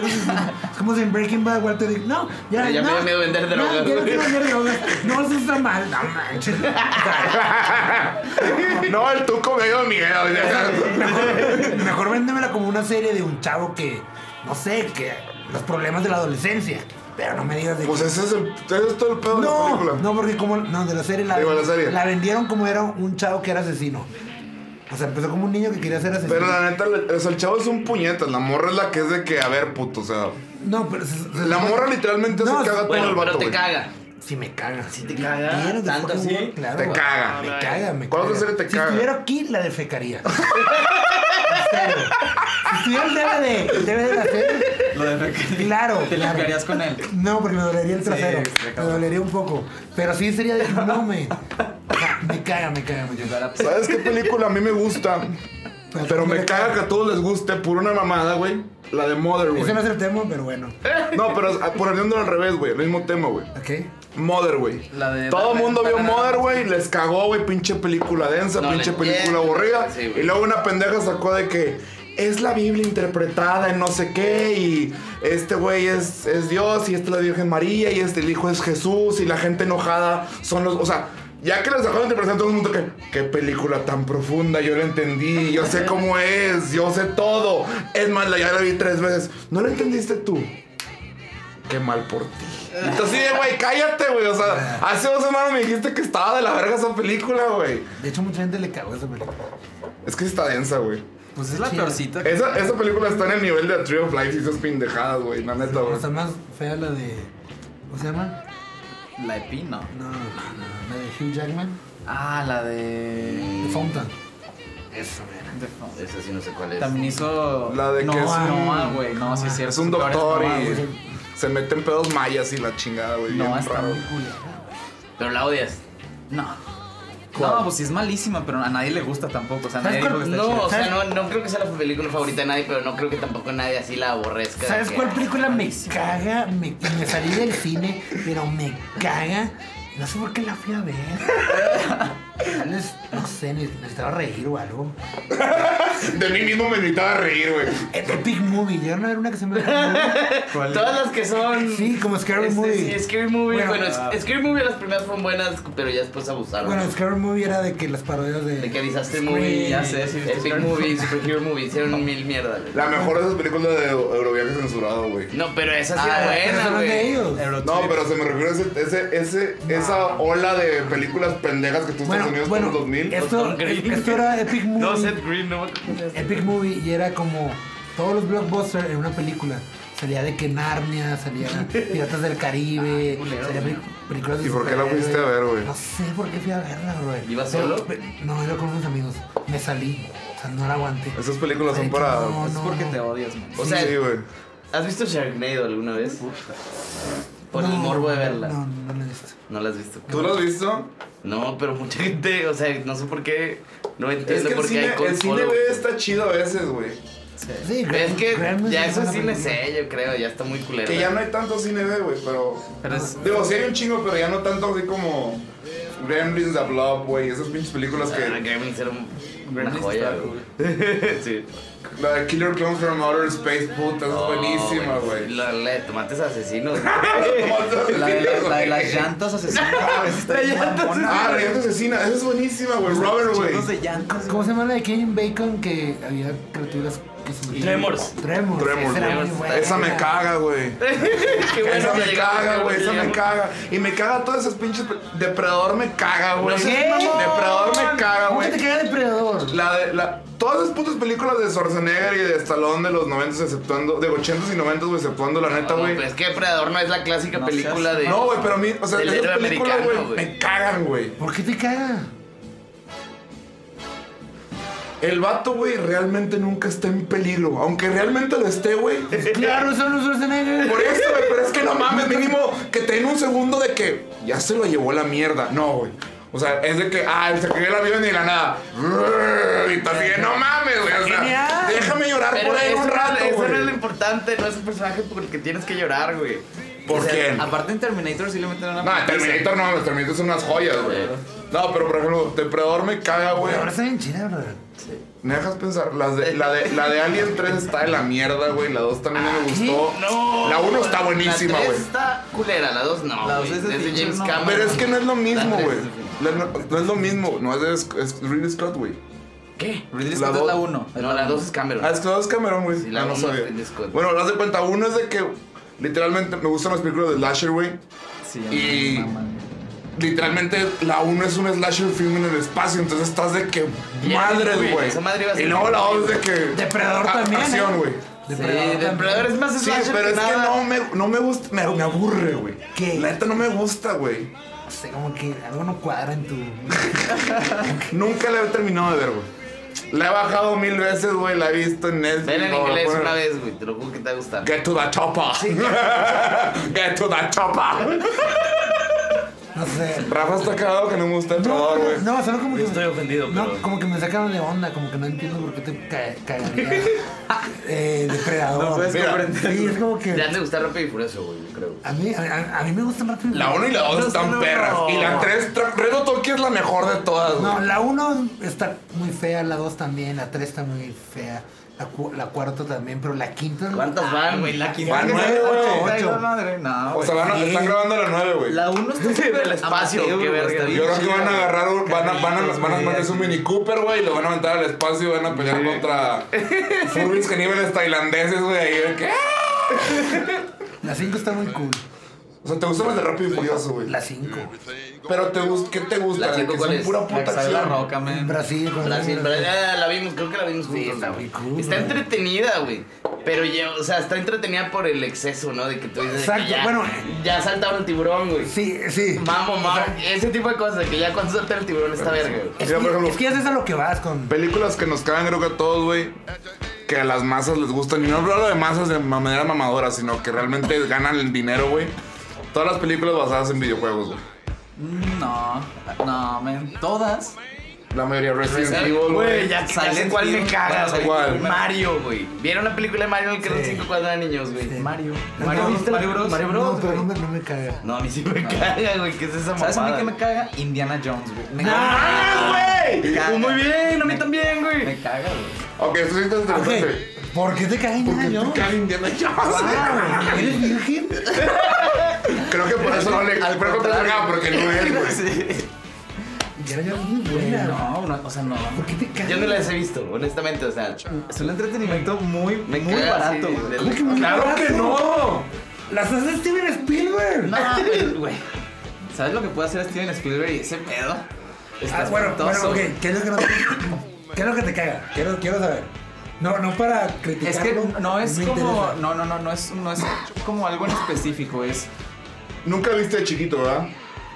Speaker 1: es como si en Breaking Bad Walter dice, no, ya.
Speaker 5: Ya me
Speaker 1: no,
Speaker 5: da miedo vender
Speaker 1: no,
Speaker 5: drogas,
Speaker 1: ya no
Speaker 5: güey.
Speaker 1: quiero vender drogas. No, eso está mal. No manches. O sea,
Speaker 6: no, el tuco medio miedo. güey.
Speaker 1: Mejor, mejor véndemela como una serie de un chavo que, no sé, que los problemas de la adolescencia. Pero no me digas de
Speaker 6: Pues
Speaker 1: que-
Speaker 6: ese es, el, ese es todo el pedo de la
Speaker 1: No,
Speaker 6: película.
Speaker 1: no, porque como. No, de la serie la,
Speaker 6: Digo, la serie.
Speaker 1: vendieron como era un chavo que era asesino. O sea, empezó como un niño que quería ser asesino.
Speaker 6: Pero la neta, le- o sea, el chavo es un puñetas. La morra es la que es de que, a ver, puto, o sea.
Speaker 1: No, pero. se- se-
Speaker 6: La morra literalmente
Speaker 1: No,
Speaker 6: se caga
Speaker 5: Bueno,
Speaker 6: todo el
Speaker 5: pero
Speaker 6: vato,
Speaker 5: te
Speaker 6: güey.
Speaker 5: caga.
Speaker 1: Si me caga. Si
Speaker 5: te caga, tanto así,
Speaker 1: Claro.
Speaker 6: te caga.
Speaker 1: Me caga, me
Speaker 6: ¿Cuál otra
Speaker 1: caga.
Speaker 6: serie te
Speaker 1: si
Speaker 6: caga?
Speaker 1: Si estuviera aquí, la defecaría. En serio. Si estuviera el DVD, el DVD de la serie.
Speaker 3: Lo de que
Speaker 1: Claro.
Speaker 3: te
Speaker 1: claro.
Speaker 3: limpiarías con él.
Speaker 1: No, porque me dolería el trasero.
Speaker 3: está
Speaker 1: me
Speaker 3: cabrón.
Speaker 1: dolería un poco. Pero sí sería de que no me. o sea, me caga, me caga, me caga.
Speaker 3: pues,
Speaker 6: ¿Sabes qué película a mí me gusta? Pero me caga que a todos les guste por una mamada, güey. La de Mother, güey.
Speaker 1: Ese no es el tema, pero bueno.
Speaker 6: No, pero ah, por el orden al revés, güey. El mismo tema, güey.
Speaker 1: ¿Ok?
Speaker 6: Mother, güey.
Speaker 3: La de-
Speaker 6: Todo
Speaker 3: la-
Speaker 6: el mundo vio
Speaker 3: la-
Speaker 6: Mother, güey. Les cagó, güey. Pinche película densa,
Speaker 5: No,
Speaker 6: pinche
Speaker 5: le-
Speaker 6: película
Speaker 5: eh,
Speaker 6: aburrida.
Speaker 5: sí, güey.
Speaker 6: y luego una pendeja sacó de que es la Biblia interpretada en no sé qué. Y este güey es, es Dios. Y esta es la Virgen María. Y este el hijo es Jesús. Y la gente enojada son los. O sea. Ya que les sacó la interpretación, todo el mundo que, qué película tan profunda, yo la entendí, yo sé cómo es, yo sé todo. Es más, la- ya la vi tres veces. ¿No la entendiste tú? Qué mal por ti. Y tú así de, güey, cállate, güey. O sea, hace dos semanas me dijiste que estaba de la verga esa película, güey.
Speaker 1: De hecho, mucha gente le cagó esa película.
Speaker 6: Es que sí está densa, güey.
Speaker 3: Pues es la
Speaker 1: Chida.
Speaker 3: peorcita. que-
Speaker 6: Esa, esa película está en el nivel de A Tree of Life y esas pendejadas, güey. La neta, güey.
Speaker 1: Está más fea la de. ¿Cómo se llama?
Speaker 3: La de Pino.
Speaker 1: No, no, no, la de Hugh Jackman.
Speaker 3: Ah, la de.
Speaker 1: De Fountain.
Speaker 5: Eso, mira.
Speaker 3: de Fo-
Speaker 5: Ese Mm. sí no sé cuál es.
Speaker 3: También hizo.
Speaker 6: La de que
Speaker 3: Noah,
Speaker 6: es un-
Speaker 3: Noah, güey. No, sí es cierto.
Speaker 6: Es un
Speaker 3: su peor
Speaker 6: doctor
Speaker 3: Noah,
Speaker 6: y
Speaker 3: güey.
Speaker 6: se mete en pedos mayas y la chingada, güey.
Speaker 3: Noah
Speaker 6: bien
Speaker 3: está
Speaker 6: raro.
Speaker 3: muy culera.
Speaker 5: Pero la odias.
Speaker 3: No. No, pues sí es malísima, pero a nadie le gusta tampoco. O sea, nadie
Speaker 1: ¿Sabes
Speaker 3: dijo
Speaker 1: cuál?
Speaker 3: que está
Speaker 5: No,
Speaker 3: chida.
Speaker 5: o sea, no, no creo que sea la película favorita de nadie, pero no creo que tampoco nadie así la aborrezca. de
Speaker 1: ¿Sabes
Speaker 5: que,
Speaker 1: cuál
Speaker 5: ah,
Speaker 1: película me
Speaker 5: malísima.
Speaker 1: caga? Me, me salí del cine, pero me caga. No sé por qué la fui a ver. Tal vez, No sé, ne- necesitaba reír o algo.
Speaker 6: De mí mismo me invitaba a reír, güey.
Speaker 1: Eh, Epic Movie, llegaron a ver una que se me
Speaker 5: Todas las que son.
Speaker 1: Sí, como Scary
Speaker 5: Este,
Speaker 1: Movie.
Speaker 5: sí, Scary Movie.
Speaker 1: Bueno,
Speaker 5: Bueno, es- Scary Movie las primeras fueron buenas, pero ya después abusaron.
Speaker 1: Bueno, Scary Movie era de que las parodias de.
Speaker 5: de que Disaster
Speaker 1: Scream.
Speaker 5: Movie,
Speaker 3: ya sé, sí,
Speaker 5: Epic
Speaker 3: Scary
Speaker 5: Movie, Superhero Movie, hicieron mil mierdas.
Speaker 6: La mejor de esas películas de Euroviaje censurado, güey.
Speaker 5: No, pero esa sí
Speaker 1: Pero
Speaker 5: era
Speaker 3: Ah,
Speaker 5: buena,
Speaker 1: son de
Speaker 5: güey.
Speaker 1: ellos.
Speaker 3: Eurotrip.
Speaker 6: No, pero se me refiere a ese, ese, ese- esa ola de películas pendejas que tú Estados
Speaker 1: Bueno,
Speaker 6: Unidos
Speaker 1: bueno,
Speaker 6: por los 2000.
Speaker 1: esto,
Speaker 5: Tom Green.
Speaker 1: esto era Epic Movie.
Speaker 5: No, Seth Green, no me acuerdo.
Speaker 1: Epic Movie y era como todos los blockbusters en una película. Salía de que Narnia, salía Piratas del
Speaker 5: Ah,
Speaker 1: Caribe, salía peli- películas de
Speaker 6: ¿Y por qué la
Speaker 1: superhéroes.
Speaker 6: fuiste a ver, güey?
Speaker 1: No sé por qué fui a verla, güey.
Speaker 5: ¿Ibas
Speaker 1: Pero-
Speaker 5: solo?
Speaker 1: pe- No, iba con unos amigos. Me salí. O sea, no la aguanté.
Speaker 6: Esas películas son
Speaker 1: Ay,
Speaker 6: para.
Speaker 1: no,
Speaker 3: Es
Speaker 1: no,
Speaker 3: porque
Speaker 1: no.
Speaker 3: te odias, man.
Speaker 5: O sea,
Speaker 6: sí, güey.
Speaker 5: ¿has visto Sharknado alguna vez? Por el
Speaker 1: No,
Speaker 5: morbo de verla.
Speaker 1: No, no la he visto.
Speaker 5: No la has visto.
Speaker 6: ¿Tú lo has visto?
Speaker 5: No, pero mucha gente, o sea, no sé por qué. No
Speaker 6: Es
Speaker 5: entiendo
Speaker 6: que el
Speaker 5: por qué
Speaker 6: cine,
Speaker 5: hay cold
Speaker 6: el cine
Speaker 5: follow.
Speaker 6: B está chido a veces, güey.
Speaker 1: Sí,
Speaker 5: Pero Es que
Speaker 1: Gremlins
Speaker 5: ya
Speaker 1: es
Speaker 5: eso
Speaker 1: una
Speaker 5: sí me
Speaker 1: película.
Speaker 5: sé, yo creo, ya está muy culero.
Speaker 6: Que ya no hay tanto cine B, güey, pero.
Speaker 3: Pero es.
Speaker 6: Digo, sí hay un chingo, pero ya no tanto así como. Gremlins, The Blob, güey. Esas pinches películas
Speaker 5: Ah,
Speaker 6: que.
Speaker 5: Gremlins era un- una
Speaker 3: Gremlins
Speaker 5: joya,
Speaker 3: está
Speaker 5: güey. sí.
Speaker 6: La de Killer Clowns from Outer Space, puta, esa es buenísima,
Speaker 5: No,
Speaker 6: güey.
Speaker 5: Oh, La,
Speaker 6: Ah,
Speaker 5: la de tomates asesinos.
Speaker 3: La de, la- la de las llantas asesinas. güey, está bien mamona.
Speaker 6: Ah, la llanta asesina, esa es buenísima, güey. Robert, güey.
Speaker 3: Chingos de llantas.
Speaker 1: ¿Cómo se llama la de Kevin Bacon que había criaturas que se
Speaker 5: Tremors.
Speaker 1: Tremors.
Speaker 6: Tremors,
Speaker 1: Esa era
Speaker 5: güey.
Speaker 1: muy buena.
Speaker 6: Esa me caga, güey.
Speaker 5: Qué bueno
Speaker 6: esa
Speaker 5: que
Speaker 6: me
Speaker 5: llegamos,
Speaker 6: caga,
Speaker 5: llegamos,
Speaker 6: güey, esa me
Speaker 5: llegamos.
Speaker 6: caga. Y me caga todas esas pinches. pe- Depredador me caga, güey.
Speaker 5: No seas mamón.
Speaker 6: Depredador me caga,
Speaker 1: ¿Cómo que
Speaker 6: güey.
Speaker 1: te queda depredador?
Speaker 6: La de, la, todas esas putas películas de Schwarzenegger y de Stallone de los 90 exceptuando, de 80 y 90, güey, exceptuando la neta,
Speaker 5: No,
Speaker 6: güey.
Speaker 5: pues es que Depredador no es la clásica
Speaker 3: No
Speaker 5: película
Speaker 3: seas-
Speaker 5: de.
Speaker 6: No, güey, pero a mí, o sea,
Speaker 5: del
Speaker 6: esas
Speaker 5: héroe
Speaker 6: películas,
Speaker 5: americano,
Speaker 6: güey,
Speaker 5: güey.
Speaker 6: me cagan, güey.
Speaker 1: ¿Por qué te caga?
Speaker 6: El vato, güey, realmente nunca está en peligro. Aunque realmente lo esté, güey.
Speaker 1: Claro, son los Schwarzenegger.
Speaker 6: Por eso, güey, pero es que no mames, mínimo que te den un segundo de que ya se lo llevó la mierda. No, güey. O sea, es de que, ah, se cayó el avión y de la nada. Y tú así de, no mames, güey. O sea,
Speaker 1: Genial.
Speaker 6: déjame llorar
Speaker 5: Pero
Speaker 6: por ahí
Speaker 5: eso
Speaker 6: un
Speaker 5: no-
Speaker 6: rato,
Speaker 5: Eso no es lo
Speaker 6: güey.
Speaker 5: importante, no es el personaje por el que tienes que llorar, güey.
Speaker 6: ¿Por
Speaker 5: O sea,
Speaker 6: quién?
Speaker 3: Aparte en Terminator sí le meten una.
Speaker 6: No, Terminator no, los Terminator son unas joyas, güey. No, pero por ejemplo, Depredador me caga, güey.
Speaker 1: Ahora está bien chida, brother.
Speaker 6: Me dejas pensar, las de- la, de, la de Alien 3 está de la mierda, güey. La 2 también me gustó.
Speaker 5: Ah, No.
Speaker 6: La 1 está
Speaker 5: La
Speaker 6: buenísima,
Speaker 5: tres
Speaker 6: güey.
Speaker 5: está culera, la 2 no.
Speaker 3: La
Speaker 5: La
Speaker 3: dos
Speaker 5: 2
Speaker 3: es
Speaker 5: es
Speaker 3: de
Speaker 5: de
Speaker 3: pinche
Speaker 5: James
Speaker 3: no.
Speaker 5: Cameron.
Speaker 6: Pero es que no es lo mismo,
Speaker 5: La
Speaker 6: güey.
Speaker 5: tres.
Speaker 6: La- No, no es lo mismo, no es de es Ridley Scott, güey.
Speaker 5: ¿Qué?
Speaker 3: Ridley
Speaker 6: La
Speaker 3: Scott es
Speaker 6: dos-
Speaker 3: la 1.
Speaker 5: No, la 2 es Cameron.
Speaker 6: Ah, es que no es Cameron, güey.
Speaker 5: Sí, la
Speaker 6: Ah, no
Speaker 5: uno es
Speaker 6: sabía.
Speaker 5: Ridley Scott.
Speaker 6: Bueno, lo das de cuenta, uno es de que literalmente me gustan las películas de Slasher, güey.
Speaker 3: Sí,
Speaker 6: Y-
Speaker 3: mamá, güey.
Speaker 6: Literalmente la 1 es un slasher film en el espacio, entonces estás de que
Speaker 5: Ya,
Speaker 6: madres,
Speaker 5: güey,
Speaker 6: güey.
Speaker 5: esa madre iba a
Speaker 6: Y
Speaker 5: ser
Speaker 6: luego la
Speaker 5: muy
Speaker 6: 2 de que
Speaker 1: Depredador
Speaker 6: a-
Speaker 1: también,
Speaker 6: acción,
Speaker 1: ¿eh?
Speaker 6: güey.
Speaker 5: Sí,
Speaker 1: Depredador también.
Speaker 5: Depredador es más
Speaker 6: Sí,
Speaker 5: slasher
Speaker 6: pero es que
Speaker 5: nada.
Speaker 6: no me, no me gusta, me, me aburre, güey.
Speaker 1: ¿Qué?
Speaker 6: La neta no me gusta, güey.
Speaker 1: No sé, como que algo no cuadra en tu.
Speaker 6: Nunca la he terminado de ver, güey. La he bajado mil veces, güey, la he visto en Netflix.
Speaker 5: Ven en
Speaker 6: no,
Speaker 5: inglés
Speaker 6: bueno.
Speaker 5: una vez, güey. Te lo juro que te va a gustar.
Speaker 6: Get to the chopper. Get to the chopper.
Speaker 1: No sé.
Speaker 6: Rafa está cagado que no me gusta el
Speaker 1: No,
Speaker 6: Obrador, güey.
Speaker 1: no, solo como que.
Speaker 2: Estoy ofendido,
Speaker 1: No,
Speaker 2: pero.
Speaker 1: como que me sacaron de onda, como que no entiendo por qué te ca cagaría eh, depredador.
Speaker 3: No puedes
Speaker 1: Mira,
Speaker 3: comprender.
Speaker 1: Sí, es como
Speaker 5: Te han
Speaker 1: que.
Speaker 5: de gustar rápido y furioso, güey, yo creo.
Speaker 1: A mí, a, a- a mí me gustan rápido.
Speaker 6: La 1 y la 2
Speaker 1: No,
Speaker 6: están
Speaker 1: no.
Speaker 6: perras. Y la 3, Reto Tokio es la mejor de todas, güey.
Speaker 1: No, la 1 está muy fea, la 2 también, la 3 está muy fea, la, cu- la cuarta también, pero la quinta.
Speaker 5: ¿Cuántas van, Ah, güey?
Speaker 2: La quinta.
Speaker 6: Van nueve,
Speaker 1: Ocho,
Speaker 6: güey.
Speaker 3: Ay,
Speaker 1: ocho.
Speaker 3: la madre. No,
Speaker 6: O sea, van a-
Speaker 1: Sí.
Speaker 6: están grabando la 9, güey.
Speaker 3: La 1 está súper
Speaker 5: Del espacio,
Speaker 3: amateur,
Speaker 5: qué
Speaker 3: güey,
Speaker 5: verga.
Speaker 3: está bien
Speaker 6: Yo creo que
Speaker 3: chida,
Speaker 6: van a
Speaker 3: güey.
Speaker 6: agarrar un. Van a, van a,
Speaker 3: Carritos,
Speaker 6: van a
Speaker 3: güey,
Speaker 6: poner su
Speaker 3: así.
Speaker 6: mini Cooper, güey, y lo van a aventar al espacio y van a pelear contra Furbis caníbales tailandeses, güey. Ahí de que. ¡ah!
Speaker 1: La 5 está muy cool.
Speaker 6: O sea, te gustan las de Rápido y Furioso, güey.
Speaker 1: La 5.
Speaker 6: Pero te gust- ¿qué te gusta?
Speaker 5: ¿La
Speaker 6: Que
Speaker 5: cinco
Speaker 6: son
Speaker 5: cuál es?
Speaker 6: pura
Speaker 3: La que
Speaker 6: puta
Speaker 3: sale la
Speaker 6: acción.
Speaker 3: roca, man.
Speaker 1: Brasil, con-
Speaker 5: Brasil, Brasil, ah, la vimos, creo que la vimos juntos.
Speaker 1: está muy
Speaker 5: güey.
Speaker 1: cool,
Speaker 5: Está
Speaker 1: güey.
Speaker 5: entretenida, güey. Pero ya, o sea, está entretenida por el exceso, ¿no? De que tú dices. de que
Speaker 1: Exacto,
Speaker 5: ya,
Speaker 1: bueno.
Speaker 5: Ya saltaron el tiburón, güey.
Speaker 1: Sí, sí.
Speaker 5: Mamo, mamo. Ese tipo de cosas, de que ya cuando salta el tiburón está verga, güey.
Speaker 1: Es
Speaker 6: Mira, por
Speaker 1: que,
Speaker 6: ejemplo-
Speaker 1: es que ya sabes a lo que vas con.
Speaker 6: Películas que nos cagan, creo que a todos, güey. Que a las masas les gustan. Y no hablo de masas de ma- manera mamadora, sino que realmente ganan el dinero, güey. Todas las películas basadas en videojuegos, güey.
Speaker 3: Mm, No, no, men. Todas.
Speaker 6: La mayoría Resident
Speaker 5: Resident
Speaker 6: Evil,
Speaker 5: Güey,
Speaker 6: güey.
Speaker 5: ya
Speaker 3: Silent
Speaker 5: sé cuál me
Speaker 3: Hill.
Speaker 5: caga,
Speaker 3: Bueno,
Speaker 5: güey.
Speaker 6: ¿cuál?
Speaker 5: Mario, güey. ¿Vieron la película de Mario en el que eran
Speaker 1: Sí.
Speaker 5: cinco cuadros de niños, güey?
Speaker 1: Sí.
Speaker 5: Mario.
Speaker 1: No,
Speaker 5: Mario,
Speaker 1: no,
Speaker 5: ¿viste la-
Speaker 3: Mario Bros.
Speaker 5: Mario
Speaker 1: No,
Speaker 5: Bros.
Speaker 1: pero no
Speaker 5: güey.
Speaker 1: me, no me caga.
Speaker 5: No, a mí sí me caga, güey. ¿Qué es esa mamada?
Speaker 3: Ah. ¿Sabes a mí qué me caga? Indiana Jones, güey. Me
Speaker 5: ¡Ah, güey!
Speaker 3: Caga.
Speaker 5: Pues muy bien, a mí
Speaker 3: Me-
Speaker 5: también, güey.
Speaker 3: Me caga, güey.
Speaker 6: Ok, esto sí está
Speaker 1: Ok,
Speaker 6: interesante.
Speaker 1: ¿Por qué te caga Indiana
Speaker 6: Te
Speaker 1: Jones?
Speaker 6: caga Indiana Jones.
Speaker 1: Ah, ¿Eres virgen?
Speaker 6: Creo que por eso no le.
Speaker 3: Al
Speaker 6: Creo que te
Speaker 3: contrario.
Speaker 6: cagaba porque no es, güey.
Speaker 1: Indiana Jones es muy
Speaker 3: Güey,
Speaker 1: buena.
Speaker 3: No, no, o sea, no.
Speaker 1: ¿Por qué te caga?
Speaker 5: Yo no las he visto, honestamente, o sea.
Speaker 3: Es un entretenimiento muy,
Speaker 5: Me
Speaker 3: muy
Speaker 5: caga
Speaker 3: barato,
Speaker 5: así,
Speaker 3: güey.
Speaker 5: del-
Speaker 1: ¿Cómo que muy
Speaker 6: ¡Claro
Speaker 1: barato?
Speaker 6: que no!
Speaker 1: Las hace Steven Spielberg. Ah,
Speaker 3: No, güey, güey. ¿Sabes lo que puede hacer Steven Spielberg y ese pedo?
Speaker 1: Ah,
Speaker 3: Está
Speaker 1: bueno, bueno,
Speaker 3: espantoso,
Speaker 1: ok.
Speaker 3: güey.
Speaker 1: ¿Qué es lo que no te, ¿Qué es lo que te caga? Quiero, quiero saber. No, no para criticarlo.
Speaker 3: Es que no es
Speaker 1: me
Speaker 3: como.
Speaker 1: interesa.
Speaker 3: No, no, no, no es, no es como algo en específico, es.
Speaker 6: Nunca viste de chiquito, ¿verdad?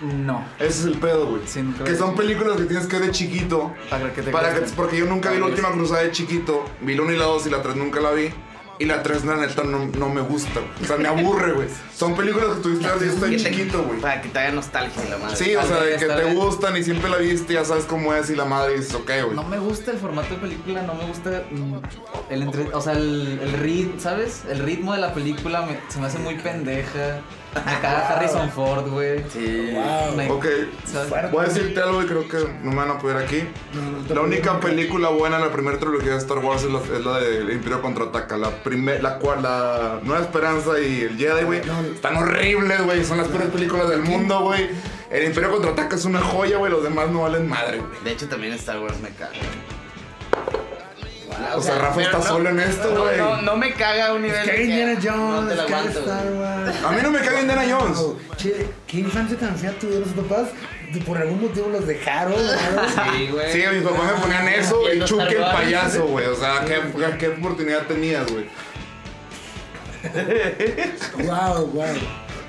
Speaker 3: No.
Speaker 6: Ese es el pedo, güey.
Speaker 3: Sí, nunca
Speaker 6: que
Speaker 3: vi.
Speaker 6: son películas que tienes que ver de chiquito.
Speaker 3: Para que te
Speaker 6: Para que-
Speaker 3: gusten.
Speaker 6: porque yo nunca vi la
Speaker 3: Para
Speaker 6: última cruzada de chiquito. Vi la 1 y la 2 y la 3 nunca la vi. Y la 3, la neta, no, no me gusta. güey. O sea, me aburre, güey. Son películas que tuviste que haber visto de
Speaker 5: Que te-
Speaker 6: chiquito, güey.
Speaker 5: Para que te haga nostalgia la madre.
Speaker 6: Sí, o
Speaker 3: Tal
Speaker 6: sea, de
Speaker 3: vez,
Speaker 6: que
Speaker 3: tal
Speaker 6: te
Speaker 3: vez.
Speaker 6: gustan y siempre la viste, ya sabes cómo es y la madre dices, ok,
Speaker 3: No
Speaker 6: güey.
Speaker 3: me gusta el formato de película, no me gusta mm, el entre, o sea, el, el rit- ¿sabes? El ritmo de la película me- se me hace muy pendeja. Me caga Harrison Ford, güey.
Speaker 5: Sí.
Speaker 3: Me-
Speaker 6: Ok.
Speaker 3: ¿sabes?
Speaker 6: Voy a
Speaker 1: Pues,
Speaker 6: decirte algo y creo que no me van a poder aquí. La única película buena de la primera trilogía de Star Wars es la, es la de El Imperio Contraataca. La, primer, la, cual, la Nueva Esperanza y el Jedi, güey. Están horribles, güey. Son las peores películas del mundo, güey. El Imperio Contraataca es una joya, güey. Los demás no valen madre, güey.
Speaker 5: De hecho, también Star Wars me caga.
Speaker 6: O sea, Rafa
Speaker 5: pero
Speaker 6: está solo en esto,
Speaker 5: no,
Speaker 6: güey.
Speaker 5: No, no me caga a un nivel.
Speaker 1: Es que
Speaker 5: de Pues,
Speaker 1: Indiana
Speaker 5: que No
Speaker 1: Jones,
Speaker 5: te la
Speaker 1: es que
Speaker 5: aguanto.
Speaker 1: Star
Speaker 5: güey.
Speaker 1: Wars.
Speaker 6: A mí no me caga Ah, Indiana Jones.
Speaker 1: Wow. Che, ¿qué infancia tan fea tuvieron sus papás? De- Por algún motivo los dejaron. ¿no?
Speaker 3: Sí, güey.
Speaker 6: Sí, mis papás me ponían eso y
Speaker 5: Viendo
Speaker 6: Chuque el
Speaker 5: Star Wars.
Speaker 6: payaso, güey. O sea, ¿qué, qué oportunidad tenías, güey?
Speaker 1: wow, wow.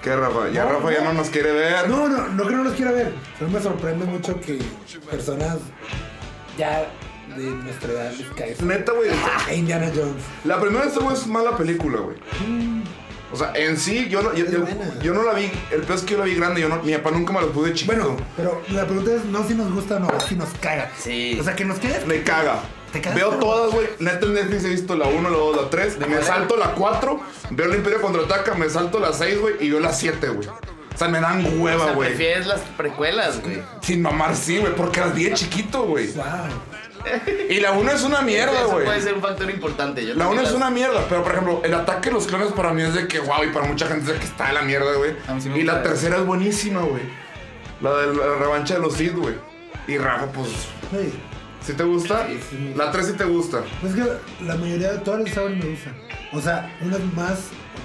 Speaker 6: ¿Qué, Rafa? Ya Rafa ya no nos quiere ver.
Speaker 1: No, no, no que no los quiera ver. Pero me sorprende mucho que personas ya de nuestra edad les cae. eso.
Speaker 6: Neta, güey. o sea,
Speaker 1: A Indiana Jones.
Speaker 6: La primera de Star Wars es mala película, güey. O sea, en sí, yo no, yo,
Speaker 1: Mm. Es
Speaker 6: yo-
Speaker 1: buena.
Speaker 6: yo no la vi. El peor es que yo la vi grande. Yo no, mi papá nunca me la pude chiquito.
Speaker 1: Bueno, pero la pregunta es no si nos gusta o no, si nos caga.
Speaker 5: Sí.
Speaker 1: O sea, que nos quede.
Speaker 6: me caga.
Speaker 1: ¿Te cagas?
Speaker 6: Veo todas, güey. Neta en Netflix he visto la 1, la 2, la 3. Me salto la 4. Veo el Imperio contraataca. Me salto la 6, güey. Y veo la 7, güey. O sea, me dan
Speaker 5: O
Speaker 6: hueva,
Speaker 5: sea,
Speaker 6: güey.
Speaker 5: prefieres las precuelas, güey.
Speaker 6: Sin mamar, sí, güey. Porque las vi de chiquito, güey.
Speaker 1: Wow.
Speaker 6: Y la 1 es una mierda,
Speaker 5: Eso
Speaker 6: güey.
Speaker 5: puede ser un factor importante. Yo
Speaker 6: La
Speaker 5: también
Speaker 6: 1 es
Speaker 5: las-
Speaker 6: una mierda, pero por ejemplo, el ataque de los clones para mí es de que wow, y para mucha gente es de que está de la mierda, güey.
Speaker 3: A mí sí me
Speaker 6: y la
Speaker 3: gusta.
Speaker 6: tercera es buenísima, güey. La de la revancha de los Sith, güey. Y Rafa, pues,
Speaker 1: Sí.
Speaker 6: si te gusta, la 3 sí te gusta.
Speaker 1: Es que la mayoría de todas las sabores me gustan. O sea, unas más,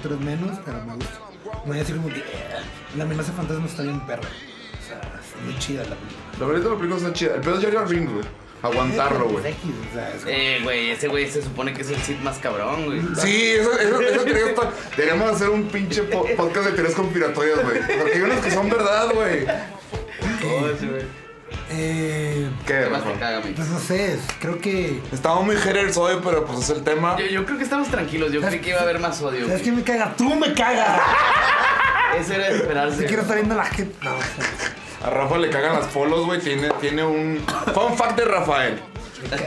Speaker 1: otras menos, pero me gustan. Me voy a decir como que eh, la amenaza fantasma está bien perra. O sea, es muy chida la película.
Speaker 6: La verdad, la película está chida. El pedo es Jerry Ring, güey. Aguantarlo,
Speaker 1: Es
Speaker 6: güey.
Speaker 1: X, o sea, es-
Speaker 5: Eh, güey, ese güey se supone que es el Sith más cabrón, güey.
Speaker 6: Sí, esa, esa, esa teoría está. Deberíamos hacer un pinche po- podcast de teorías conspiratorias, güey. Porque hay unas que son verdad, güey.
Speaker 1: eh,
Speaker 6: ¿Qué,
Speaker 5: ¿Qué más te
Speaker 6: Rafa?
Speaker 5: caga, güey?
Speaker 1: pues no sé, es- creo que.
Speaker 6: Estaba muy haters hoy, pero pues es el tema.
Speaker 5: Yo, yo creo que estamos tranquilos. Yo creí que iba a haber más odio.
Speaker 1: ¿Sabes
Speaker 5: güey.
Speaker 1: qué me caga? ¡Tú me cagas!
Speaker 5: Ese era de esperarse.
Speaker 1: Si quiero estar viendo la gente. No,
Speaker 6: A Rafa le cagan las polos, güey. Tiene, tiene un. Fun fact de Rafael.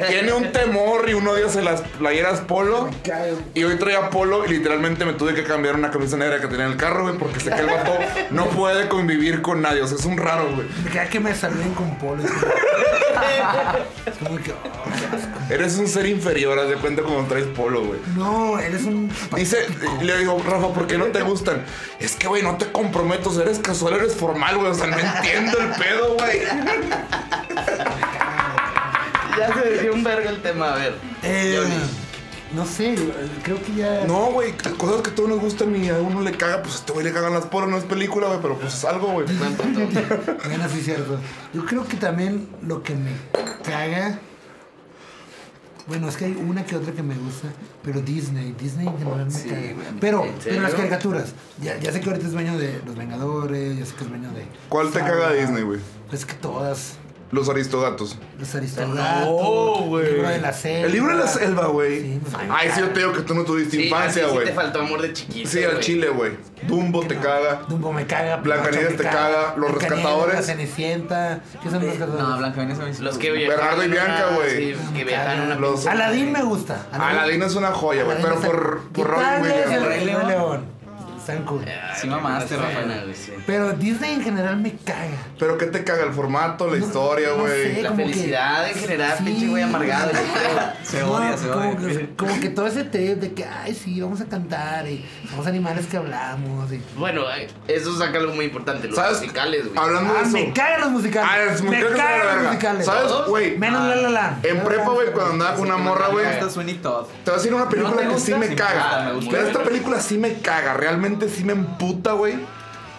Speaker 6: Tiene un temor y un odio hacia las playeras polo.
Speaker 1: me cago.
Speaker 6: Y hoy traía polo y literalmente me tuve que cambiar una camisa negra que tenía en el carro, güey, porque sé que el vato no puede convivir con nadie. O sea, es un raro, güey.
Speaker 1: Me caga que me saluden con polo. Es como que, oh, qué asco.
Speaker 6: Eres un ser inferior, haz de cuenta cuando traes polo, güey.
Speaker 1: no, eres un.
Speaker 6: Dice, le digo, Rafa, ¿por qué no te gustan? Es que, güey, no te comprometo, o sea, eres casual, eres formal, güey. O sea, no entiendo el pedo, güey.
Speaker 5: Ya se decía un vergo el tema, a ver.
Speaker 1: Eh,
Speaker 5: Johnny.
Speaker 1: no sé, creo que ya.
Speaker 6: No, güey, cosas que a todos nos gustan y a uno le caga, pues a este güey le cagan las polos, no es película, güey, pero pues es algo, güey.
Speaker 1: Bueno, sí, cierto. Yo creo que también lo que me caga. Bueno, es que hay una que otra que me gusta, pero Disney, Disney en general me caga. Pero,
Speaker 5: ¿en
Speaker 1: pero las
Speaker 5: serio?
Speaker 1: caricaturas. Ya, ya sé que ahorita es dueño de Los Vengadores, ya sé que es dueño de.
Speaker 6: ¿Cuál te
Speaker 1: Saga.
Speaker 6: caga Disney, güey?
Speaker 1: Pues que todas.
Speaker 6: Los aristogatos.
Speaker 1: Los Aristogatos. El libro de la selva.
Speaker 6: El libro de la selva, güey.
Speaker 1: Sí, pues, ay,
Speaker 6: Ay, sí, yo te digo que tú no tuviste infancia,
Speaker 5: así sí
Speaker 6: güey.
Speaker 5: te faltó amor de chiquito.
Speaker 6: Sí, al
Speaker 5: güey.
Speaker 6: chile, güey. Dumbo te caga.
Speaker 1: Dumbo me caga.
Speaker 6: Blancanieves
Speaker 1: Pinocho
Speaker 6: te
Speaker 1: me
Speaker 6: caga, Los
Speaker 1: Blancanieves,
Speaker 6: Rescatadores.
Speaker 1: La Cenicienta. ¿Qué son los rescatadores?
Speaker 3: No, Blanca Venecia me
Speaker 5: Los que viajan.
Speaker 6: Bernardo y
Speaker 5: en
Speaker 6: Bianca,
Speaker 5: una-
Speaker 6: güey.
Speaker 5: Sí, que viajan en una.
Speaker 6: Los-
Speaker 1: Aladín me gusta.
Speaker 6: Aladino es una joya, güey, pero por, por Robin
Speaker 1: Williams.
Speaker 6: Williams.
Speaker 1: El
Speaker 6: güey.
Speaker 1: Rey León. León. Están cool.
Speaker 3: Sí mamaste,
Speaker 5: Qué
Speaker 3: Rafael.
Speaker 5: buena, güey, sí.
Speaker 1: Pero Disney en general me caga.
Speaker 6: Pero ¿qué te caga? ¿El formato? ¿La
Speaker 1: No-
Speaker 6: historia,
Speaker 1: no
Speaker 6: güey?
Speaker 1: sé,
Speaker 5: La
Speaker 1: como que-
Speaker 5: felicidad en general, pinche güey amargado. yo creo.
Speaker 3: Se odia,
Speaker 1: No,
Speaker 3: se
Speaker 1: como
Speaker 3: odia.
Speaker 1: que- Como que todo ese trip de que, ay, sí, vamos a cantar y somos animales que hablamos. Y...
Speaker 5: Bueno, ay, eso saca algo muy importante. Los
Speaker 6: ¿Sabes?
Speaker 5: musicales, güey.
Speaker 6: Hablando de
Speaker 1: Ah,
Speaker 6: eso.
Speaker 1: me cagan los musicales.
Speaker 6: Ah, es-
Speaker 1: me
Speaker 6: creo que se va a la
Speaker 1: cagan los
Speaker 6: verga.
Speaker 1: musicales.
Speaker 6: ¿Sabes, güey?
Speaker 1: Menos La La Land. La
Speaker 6: En
Speaker 1: La
Speaker 6: prepa,
Speaker 1: Land.
Speaker 6: güey, cuando andaba con una morra, güey,
Speaker 3: Esta Sweeney Todd.
Speaker 6: Te voy a decir una película
Speaker 3: ¿No te
Speaker 6: que sí
Speaker 3: gusta?
Speaker 6: me
Speaker 3: Sí me
Speaker 6: caga.
Speaker 3: gusta, me gusta.
Speaker 6: pero esta película sí me caga. Realmente sí me emputa, güey.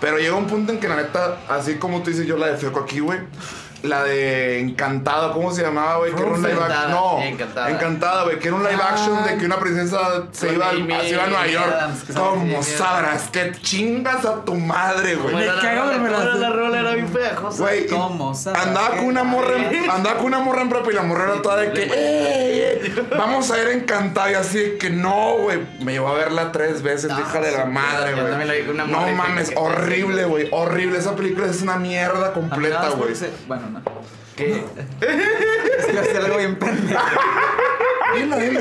Speaker 6: Pero llega un punto en que la neta, así como tú dices, yo la de Feco aquí, güey. La de Encantada, ¿cómo se llamaba, güey? Que era un live action.
Speaker 5: Encantada,
Speaker 6: No,
Speaker 5: Encantada.
Speaker 6: Encantada, güey. Que era un live
Speaker 1: Ah.
Speaker 6: action de que una princesa se
Speaker 5: Con
Speaker 6: iba,
Speaker 5: Amy
Speaker 6: al- se iba a Nueva York.
Speaker 3: Adams, que se llama
Speaker 6: Como
Speaker 3: Amy
Speaker 6: sabrás, que chingas a tu madre,
Speaker 5: Bueno,
Speaker 1: Me
Speaker 6: güey.
Speaker 5: la
Speaker 1: cago
Speaker 5: rola-
Speaker 1: de verdad.
Speaker 5: bueno, La rola era bien pegajosa.
Speaker 6: Güey,
Speaker 3: ¿Cómo sabrás
Speaker 6: andaba
Speaker 3: que-
Speaker 6: con una morra, en- andaba con una morra en prepa y la morra era toda de que, "Ey, ey, vamos a ir encantada y así de que no, güey. Me llevó a verla tres veces, hija de la madre,
Speaker 5: yo
Speaker 6: güey.
Speaker 5: también la vi con una morra
Speaker 6: No
Speaker 5: y fue
Speaker 6: mames,
Speaker 5: que-
Speaker 6: horrible, güey, horrible. Esa película es una mierda completa,
Speaker 3: Amigas,
Speaker 6: güey.
Speaker 3: Ah, porque se- Bueno, no.
Speaker 5: ¿Qué?
Speaker 3: Es que iba a hacer algo bien pendejo.
Speaker 6: Ah,
Speaker 1: Dilo, dilo.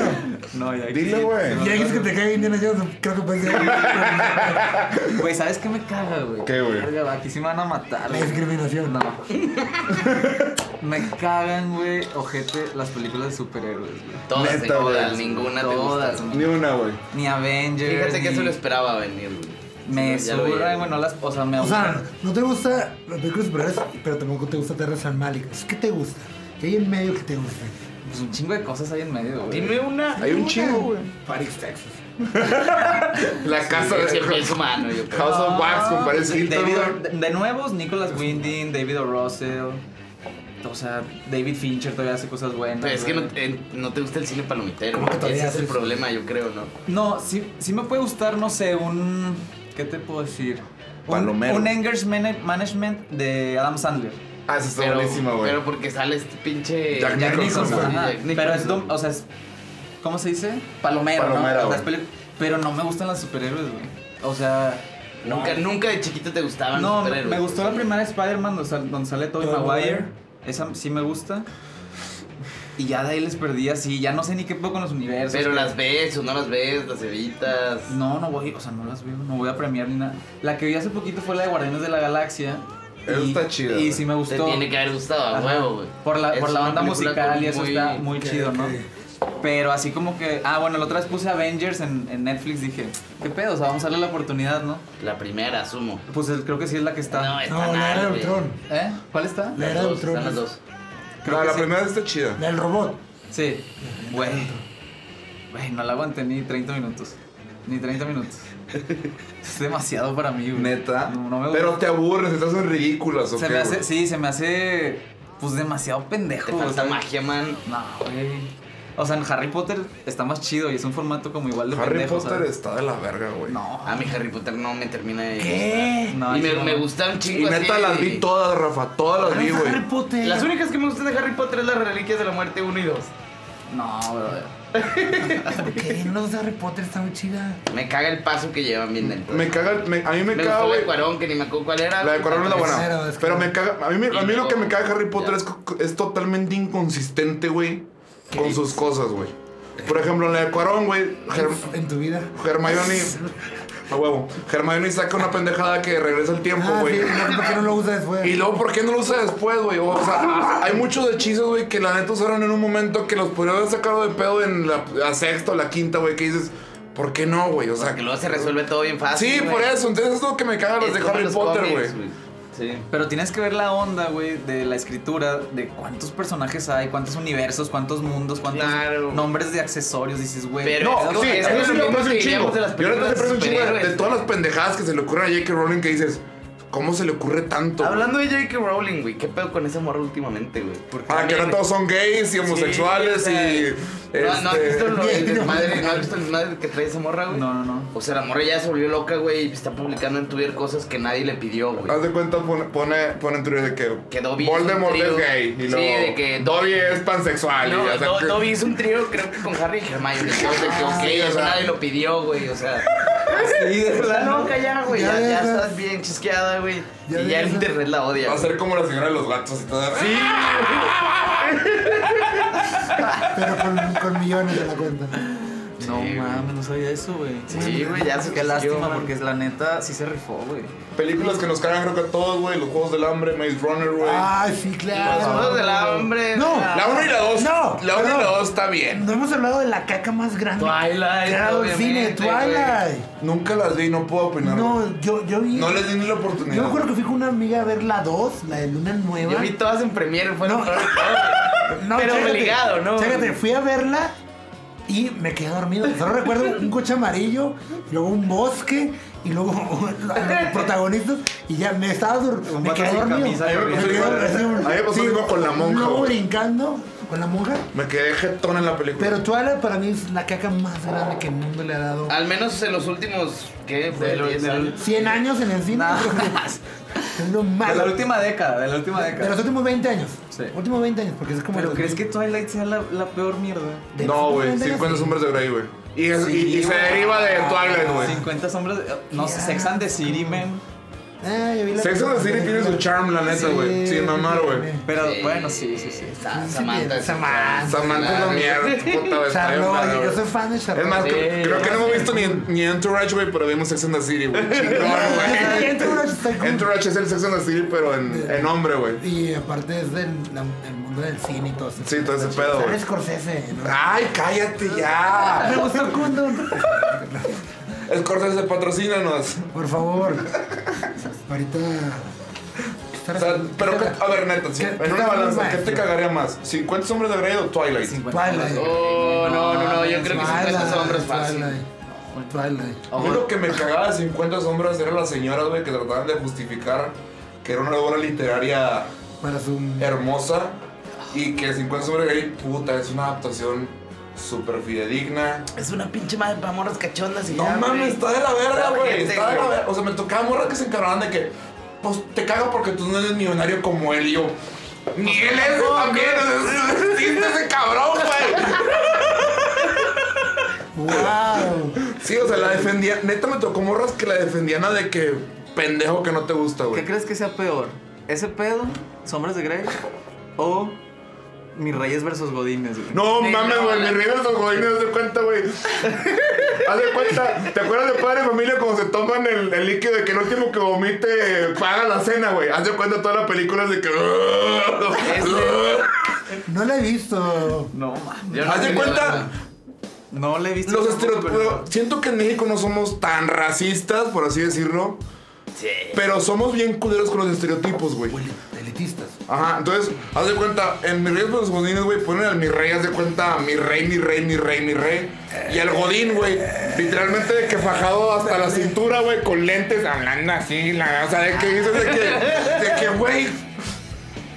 Speaker 3: No, ya.
Speaker 6: Dile, güey.
Speaker 1: Ya es que te cae Indiana Jones, creo que puede ser
Speaker 3: Güey, ¿sabes qué me caga, güey?
Speaker 6: ¿Qué, güey?
Speaker 3: Verga, va, Aquí sí me van a matar.
Speaker 1: la
Speaker 3: güey.
Speaker 1: discriminación.
Speaker 3: No. Me cagan, güey, ojete, las películas de superhéroes, güey.
Speaker 5: Todas te
Speaker 6: Neta, güey.
Speaker 5: jodan, ninguna te gusta.
Speaker 3: Todas.
Speaker 6: Ni una, güey.
Speaker 3: Ni Avengers.
Speaker 5: Fíjate que
Speaker 3: ni
Speaker 5: eso lo esperaba venir, güey.
Speaker 3: Me
Speaker 5: Ya lo vi.
Speaker 3: surra, bueno, las. O sea, me
Speaker 1: O sea,
Speaker 3: aburren.
Speaker 1: no te gusta los películas de superhéroes, pero tampoco te gusta Terra San Malik. Entonces, ¿Qué te gusta? ¿Qué hay en medio que te guste?
Speaker 3: Pues un chingo de cosas hay en medio, güey.
Speaker 5: Dime una.
Speaker 6: Hay un chingo, güey.
Speaker 1: Paris, Texas.
Speaker 6: La casa
Speaker 5: Sí,
Speaker 6: de
Speaker 5: Siempre es humano, yo creo.
Speaker 6: House of Wax con Ah, Paris Hilton,
Speaker 3: Ah, David-
Speaker 6: güey. Pues,
Speaker 3: de, nuevos, Nicholas Winding, David O. Russell. O sea, David Fincher todavía hace cosas buenas.
Speaker 5: Pero es que
Speaker 3: güey.
Speaker 5: no, eh, no te gusta el cine palomitero.
Speaker 1: ¿Cómo que todavía
Speaker 5: Ese es el
Speaker 1: haces?
Speaker 5: problema, yo creo, ¿no?
Speaker 3: No, sí, sí me puede gustar, no sé, un... ¿Qué te puedo decir? Un-
Speaker 6: Palomero.
Speaker 3: Un, Angers Mana- Management de Adam Sandler.
Speaker 6: Ah, esa está buenísima, güey.
Speaker 5: Pero porque sale este pinche.
Speaker 6: Jack
Speaker 3: Jack
Speaker 6: Nicholson,
Speaker 3: Nicholson,
Speaker 6: güey.
Speaker 3: ajá.
Speaker 5: Jack Nicholson.
Speaker 3: Pero es... dom- O sea, es- ¿Cómo se dice? Palomero, ¿no?
Speaker 6: Palomero,
Speaker 3: O sea, es
Speaker 6: güey.
Speaker 3: peli- Pero no me gustan las superhéroes, güey. O sea...
Speaker 5: Nunca, nunca de chiquito te gustaban
Speaker 3: No,
Speaker 5: los
Speaker 3: me,
Speaker 5: superhéroes.
Speaker 3: me gustó la primera Spider-Man donde sal- donde sale Tobey
Speaker 1: Tobey
Speaker 3: Maguire.
Speaker 1: Maguire.
Speaker 3: Esa sí me gusta. Y ya de ahí les perdí así, ya no sé ni qué puedo con los universos.
Speaker 5: Pero las ves o no las ves, las evitas.
Speaker 3: No, no voy, o sea, no las veo, no voy a premiar ni nada. La que vi hace poquito fue la de Guardianes de la Galaxia.
Speaker 6: Eso
Speaker 3: y-
Speaker 6: está chido,
Speaker 3: Y
Speaker 6: güey.
Speaker 3: sí me
Speaker 5: Te
Speaker 3: gustó.
Speaker 5: tiene que haber gustado, a
Speaker 3: Ajá.
Speaker 5: huevo, güey.
Speaker 3: Por la,
Speaker 5: Es
Speaker 3: por la
Speaker 5: una
Speaker 3: banda
Speaker 5: película
Speaker 3: musical
Speaker 5: con
Speaker 3: y eso
Speaker 5: muy-
Speaker 3: está muy chido, ¿no? Pero así como que. Ah, bueno, la otra vez puse Avengers en, en Netflix. Dije, ¿qué pedo? O sea, vamos a darle la oportunidad, ¿no?
Speaker 5: La primera, asumo.
Speaker 3: Pues el- creo que sí es la que está.
Speaker 5: No, esta
Speaker 1: No, la era de
Speaker 5: güey.
Speaker 1: Ultron.
Speaker 3: ¿Eh? ¿Cuál está?
Speaker 1: La era
Speaker 5: Las
Speaker 1: de
Speaker 5: dos, están las
Speaker 1: Ultron.
Speaker 5: dos.
Speaker 3: Creo
Speaker 6: Ah,
Speaker 3: que
Speaker 6: la
Speaker 3: sí.
Speaker 6: primera está chida.
Speaker 1: La del robot.
Speaker 3: Sí. Güey. Güey, no la aguanté ni 30 minutos. Ni 30 minutos. Es demasiado para mí, güey.
Speaker 6: Neta.
Speaker 3: No, no me gusta.
Speaker 6: pero te aburres, estás en ridículas, ¿o
Speaker 3: Se
Speaker 6: qué,
Speaker 3: me hace,
Speaker 6: güey?
Speaker 3: sí, se me hace pues demasiado
Speaker 5: Te
Speaker 3: pendejo.
Speaker 5: falta
Speaker 3: ¿sabes?
Speaker 5: magia, man.
Speaker 3: No, güey. O sea, en Harry Potter está más chido y es un formato como igual de
Speaker 6: Harry
Speaker 3: pendejo.
Speaker 6: Potter
Speaker 3: ¿sabes?
Speaker 6: está de la verga, güey.
Speaker 3: No.
Speaker 5: A mí Harry Potter no me termina de.
Speaker 1: ¿Qué?
Speaker 5: gustar.
Speaker 3: No,
Speaker 5: y
Speaker 3: sí,
Speaker 5: me,
Speaker 3: no.
Speaker 5: me gusta un chingo.
Speaker 6: Y neta
Speaker 5: así.
Speaker 6: las vi todas, Rafa, todas las vi,
Speaker 1: Harry
Speaker 6: güey.
Speaker 1: Potter.
Speaker 5: Las únicas que me gustan de Harry Potter es las reliquias de la muerte 1 y 2.
Speaker 3: No, brother.
Speaker 1: ¿Por qué no Harry Potter está muy chida?
Speaker 5: Me caga el paso que llevan bien dentro.
Speaker 6: Me caga, el- me- a mí me,
Speaker 5: Me
Speaker 6: caga,
Speaker 5: gustó la
Speaker 6: güey.
Speaker 5: de Cuarón, que ni me acuerdo cuál era.
Speaker 6: La de Cuarón es la
Speaker 1: Tercero,
Speaker 6: buena.
Speaker 1: es que-
Speaker 6: Pero me caga. A mí, me- a mí lo que me caga de Harry Potter
Speaker 5: Ya.
Speaker 6: es, co- es totalmente inconsistente, güey. Con sus cosas, güey. Por ejemplo, en la de Cuarón, güey. Herm-
Speaker 1: En tu vida.
Speaker 6: Hermione. A huevo. Hermione saca una pendejada que regresa el tiempo,
Speaker 1: Ah,
Speaker 6: güey.
Speaker 1: sí, no, ¿por qué no lo usa después?
Speaker 6: Y luego, ¿por qué no lo usa después, güey? O sea, hay muchos hechizos, güey, que la neta usaron en un momento que los pudieron haber sacado de pedo en la, la sexta o la quinta, güey, que dices, ¿por qué no, güey? O sea,
Speaker 5: Que luego se resuelve todo bien fácil.
Speaker 6: sí,
Speaker 5: güey.
Speaker 6: por eso. Entonces, es lo que me cagan
Speaker 5: Es
Speaker 6: las de
Speaker 5: como
Speaker 6: Harry
Speaker 5: los
Speaker 6: Potter, güey.
Speaker 5: cómics, Sí.
Speaker 3: Pero tienes que ver la onda, güey, de la escritura, de cuántos personajes hay, cuántos universos, cuántos mundos, cuántos
Speaker 5: Claro.
Speaker 3: nombres de accesorios. Dices, güey,
Speaker 5: Pero-
Speaker 3: es
Speaker 6: No,
Speaker 3: algo
Speaker 6: sí,
Speaker 3: que-
Speaker 5: es
Speaker 6: a mí
Speaker 5: lo
Speaker 6: sí me
Speaker 5: mismo
Speaker 6: parece un
Speaker 5: que
Speaker 6: chingo.
Speaker 5: diríamos de las
Speaker 6: Yo ahorita te
Speaker 5: películas
Speaker 6: parece un chingo de- de,
Speaker 5: superhéroes.
Speaker 6: todas las pendejadas que se le ocurren a J.K. Rowling que dices, ¿cómo se le ocurre tanto? güey?
Speaker 5: Hablando de J.K. Rowling, güey, ¿qué pedo con ese morro últimamente, güey? Porque
Speaker 6: Ah, que ahora
Speaker 5: también-
Speaker 6: todos son gays y homosexuales
Speaker 5: Sí, o sea,
Speaker 6: y.
Speaker 5: No, no has
Speaker 6: este,
Speaker 5: visto lo- el desmadre, no has visto el desmadre que trae esa morra, güey.
Speaker 3: No, no, no.
Speaker 5: O sea, la morra ya se volvió loca, güey, y está publicando en Twitter cosas que nadie le pidió,
Speaker 6: Haz
Speaker 5: güey.
Speaker 6: de cuenta, pone, pone, pone en Twitter de que,
Speaker 5: Que Dobby es
Speaker 6: Voldemort
Speaker 5: un
Speaker 6: es
Speaker 5: trío.
Speaker 6: gay. Y
Speaker 5: Sí,
Speaker 6: luego
Speaker 5: de que
Speaker 6: Dobby es pansexual. y,
Speaker 5: No,
Speaker 6: Ah, o sea,
Speaker 5: Do-
Speaker 6: que-
Speaker 5: Dobby hizo un trío, creo que con Harry y Hermione. Yo de que, ok,
Speaker 6: sí, o
Speaker 5: eso
Speaker 6: sea.
Speaker 5: nadie lo pidió, güey, o sea.
Speaker 3: Sí, de
Speaker 5: Está
Speaker 3: plano.
Speaker 5: loca ya, güey, ya,
Speaker 1: Ya
Speaker 5: ya
Speaker 1: dejas.
Speaker 5: estás bien chisqueada, güey.
Speaker 1: Ya
Speaker 5: y ya el
Speaker 1: dejas.
Speaker 5: internet la odia.
Speaker 6: Va a
Speaker 5: güey.
Speaker 6: ser como la señora de los gatos y todo. Sí.
Speaker 1: Pero con, con millones en la cuenta.
Speaker 3: No
Speaker 5: Sí, güey.
Speaker 3: mames, no sabía eso, güey.
Speaker 5: Sí, güey, ya se
Speaker 3: Qué
Speaker 5: consiguió,
Speaker 3: lástima,
Speaker 5: man.
Speaker 3: porque es la neta, sí se rifó, güey.
Speaker 6: Películas que nos cagan, creo que a todos, güey. Los Juegos del Hambre, Maze Runner, güey.
Speaker 5: Ah,
Speaker 1: Ay, sí,
Speaker 5: Los juegos
Speaker 1: claro.
Speaker 5: del hambre.
Speaker 1: No,
Speaker 5: güey.
Speaker 6: la 1 y la 2.
Speaker 1: No,
Speaker 6: La 1 y
Speaker 1: no.
Speaker 6: la 2 está bien.
Speaker 1: No hemos hablado de la caca más grande.
Speaker 5: Twilight,
Speaker 1: Claro, el cine,
Speaker 5: obviamente, güey.
Speaker 1: Twilight.
Speaker 6: Nunca las vi, no puedo opinar. güey.
Speaker 1: No, yo, yo vi.
Speaker 6: No les di ni la oportunidad.
Speaker 1: yo me acuerdo que fui con una amiga a ver la 2, la de Luna Nueva.
Speaker 5: Yo vi todas en Premiere, fueron
Speaker 1: No.
Speaker 5: todas- todas.
Speaker 1: No,
Speaker 5: Pero
Speaker 1: chécate,
Speaker 5: obligado, ¿no?
Speaker 1: Chécate, fui a verla y me quedé dormido. Solo recuerdo un coche amarillo, luego un bosque y luego los protagonistas y ya me estaba dur-
Speaker 3: Un
Speaker 1: me
Speaker 3: vato
Speaker 1: quedé
Speaker 3: sin
Speaker 1: dormido.
Speaker 3: camisa,
Speaker 1: Me
Speaker 3: güey.
Speaker 1: quedé dormido.
Speaker 6: A mí me pasó lo mismo con la monja,
Speaker 1: Luego
Speaker 6: güey.
Speaker 1: brincando con la monja.
Speaker 6: Me quedé jetón en la película.
Speaker 1: Pero Twilight para mí es la caca más grande que el mundo le ha dado.
Speaker 5: Al menos en los últimos, ¿qué? Fue
Speaker 3: De lo-
Speaker 5: 10
Speaker 3: de lo-
Speaker 5: años.
Speaker 1: 100 años en el cine.
Speaker 3: Nada más.
Speaker 1: Es lo
Speaker 3: De la
Speaker 1: malo.
Speaker 3: última década, de la última
Speaker 1: De
Speaker 3: década.
Speaker 1: los últimos 20 años.
Speaker 3: Sí.
Speaker 1: Últimos 20 años, porque es como.
Speaker 3: Pero
Speaker 1: los-
Speaker 3: ¿crees que Twilight sea la, la peor mierda?
Speaker 1: de los
Speaker 6: no,
Speaker 1: últimos
Speaker 6: güey.
Speaker 1: 20 años,
Speaker 6: 50
Speaker 1: sí.
Speaker 6: sombras de Grey, güey. Y, es-
Speaker 3: Sí,
Speaker 6: y- y se
Speaker 3: güey.
Speaker 6: deriva de Twilight, güey.
Speaker 3: 50 sombras, de- no sé, Sex and the City, man.
Speaker 1: Ah, yo vi la
Speaker 6: Sexo de City tiene su charm, la neta, güey. Sin mamar, güey.
Speaker 3: Pero bueno, sí, sí, sí.
Speaker 5: Sa-
Speaker 1: Sí,
Speaker 5: Samantha.
Speaker 1: sí, Samantha.
Speaker 6: Samantha es la mierda. Puta, güey, está bien
Speaker 1: Charlotte,
Speaker 6: rara,
Speaker 1: yo- yo
Speaker 6: güey.
Speaker 1: soy fan de Charlotte.
Speaker 6: Es más,
Speaker 5: Sí.
Speaker 6: creo, creo que no hemos visto ni, ni Entourage, güey, pero vimos Sex and the City, güey. Chingón,
Speaker 1: Sí,
Speaker 6: güey.
Speaker 1: Entourage está cool.
Speaker 6: Entourage es el Sex and the City, pero en, en hombre, güey.
Speaker 1: Y aparte es del la- el mundo del cine y todo eso.
Speaker 6: Sí, todo ese pedo,
Speaker 1: Sale
Speaker 6: güey.
Speaker 1: Scorsese. ¿no?
Speaker 6: Ay, cállate ya.
Speaker 1: Me gustó el condón.
Speaker 6: Scorsese, patrocínanos.
Speaker 1: Por favor. Ahorita.
Speaker 6: O sea, pero, que- a ver, neta, sí,
Speaker 1: ¿Qué- qué
Speaker 6: en una
Speaker 1: te
Speaker 6: balanza,
Speaker 1: más?
Speaker 6: ¿qué te cagaría más? ¿50 sombras de Grey o Twilight?
Speaker 3: 50
Speaker 1: Twilight.
Speaker 3: sombras.
Speaker 5: Oh, no, no, no, yo creo que
Speaker 1: Twilight,
Speaker 5: 50 sombras fácil.
Speaker 1: Twilight. Twilight.
Speaker 6: A mí lo que me cagaba de 50 sombras era las señoras, güey, que trataban de justificar que era una obra literaria
Speaker 1: Para su.
Speaker 6: Eh. hermosa y que 50 sombras de Grey, puta, es una adaptación súper fidedigna.
Speaker 5: Es una pinche madre para morras cachondas y
Speaker 6: No
Speaker 5: ya,
Speaker 6: mames,
Speaker 5: güey.
Speaker 6: está de la verga,
Speaker 5: Está
Speaker 6: güey.
Speaker 5: gente,
Speaker 6: Está de la
Speaker 5: güey.
Speaker 6: verga. O sea, me tocaba morras que se encargaban de que, pues te caga porque tú no eres millonario como él y yo. Ni él es también. o sea, Siente ese cabrón, güey.
Speaker 1: ¡Wow!
Speaker 6: Sí, o sea, la defendía. Neta me tocó morras que la defendían a de que pendejo que no te gusta,
Speaker 3: ¿Qué
Speaker 6: güey.
Speaker 3: crees que sea peor? ¿Ese pedo? ¿Sombras de Grey? ¿O mis Reyes versus Godines, güey?
Speaker 6: No
Speaker 5: Sí,
Speaker 6: mames,
Speaker 5: no,
Speaker 6: güey,
Speaker 5: la-
Speaker 6: me río de esos godines, haz de cuenta, güey. Haz de cuenta, ¿te acuerdas de padre y familia cuando se toman el, el líquido de que el último que vomite eh, paga la cena, güey? Haz de cuenta toda la película es de que.
Speaker 1: No la he visto.
Speaker 3: No, mames.
Speaker 5: Yo no
Speaker 6: Haz de
Speaker 5: sé,
Speaker 6: cuenta,
Speaker 3: No le he visto.
Speaker 6: los
Speaker 3: esa película.
Speaker 6: estereotipos. Siento que en México no somos tan racistas, por así decirlo,
Speaker 5: Sí.
Speaker 6: pero somos bien culeros con los estereotipos, güey.
Speaker 1: Elitistas.
Speaker 6: Ajá, entonces, haz de cuenta, en mi rey de los godines, güey, ponen al mi rey, haz de cuenta, mi rey, mi rey, mi rey, mi rey. Y al godín, güey, literalmente de que fajado hasta la cintura, güey, con lentes, hablando así, la, o sea, de que dices de que, de que, güey,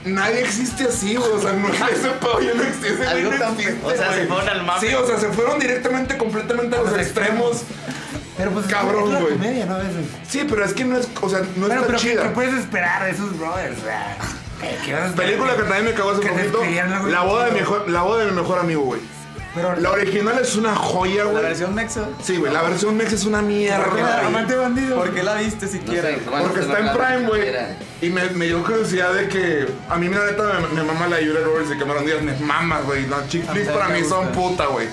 Speaker 6: nadie existe así, güey, o sea, no, ese pedo ya no existe, ese güey
Speaker 5: Algo
Speaker 6: no
Speaker 5: tan-
Speaker 6: existe,
Speaker 5: o sea, se
Speaker 6: güey.
Speaker 5: fueron al mame.
Speaker 6: Sí, o sea, se fueron directamente, completamente a los extremos.
Speaker 1: Pero pues. es
Speaker 6: Cabrón,
Speaker 1: una
Speaker 6: güey.
Speaker 1: comedia, ¿no? A veces.
Speaker 6: Sí, pero es que no es, o sea, no
Speaker 1: Bueno,
Speaker 6: está
Speaker 1: pero,
Speaker 6: chida.
Speaker 1: pero puedes esperar de esos brothers. o sea, ¿Qué vas a esperar?
Speaker 6: Película que también me cagó hace
Speaker 1: Que te
Speaker 6: poquito.
Speaker 1: escribieran algo
Speaker 6: La boda, de mi
Speaker 1: chido.
Speaker 6: mejor, la boda de mi mejor amigo, güey.
Speaker 1: Pero
Speaker 6: La original es una joya,
Speaker 3: La
Speaker 6: güey.
Speaker 3: versión Mexa.
Speaker 6: Sí, güey, la versión Mex es una mierda.
Speaker 3: ¿Por qué la-
Speaker 6: güey.
Speaker 3: Amante bandido. ¿Por qué la viste siquiera?
Speaker 5: No sé, ¿cuál?
Speaker 6: Porque está en
Speaker 5: Claro,
Speaker 6: Prime, güey.
Speaker 5: cualquiera.
Speaker 6: Y me, me dio curiosidad de que. A mí, la neta, me, me mama la de Julia Roberts y Cameron Díaz. Me mamas, güey. Las chick
Speaker 3: A
Speaker 6: flicks
Speaker 3: mí
Speaker 6: para mí
Speaker 3: también me
Speaker 6: son
Speaker 3: gusta.
Speaker 6: puta, güey.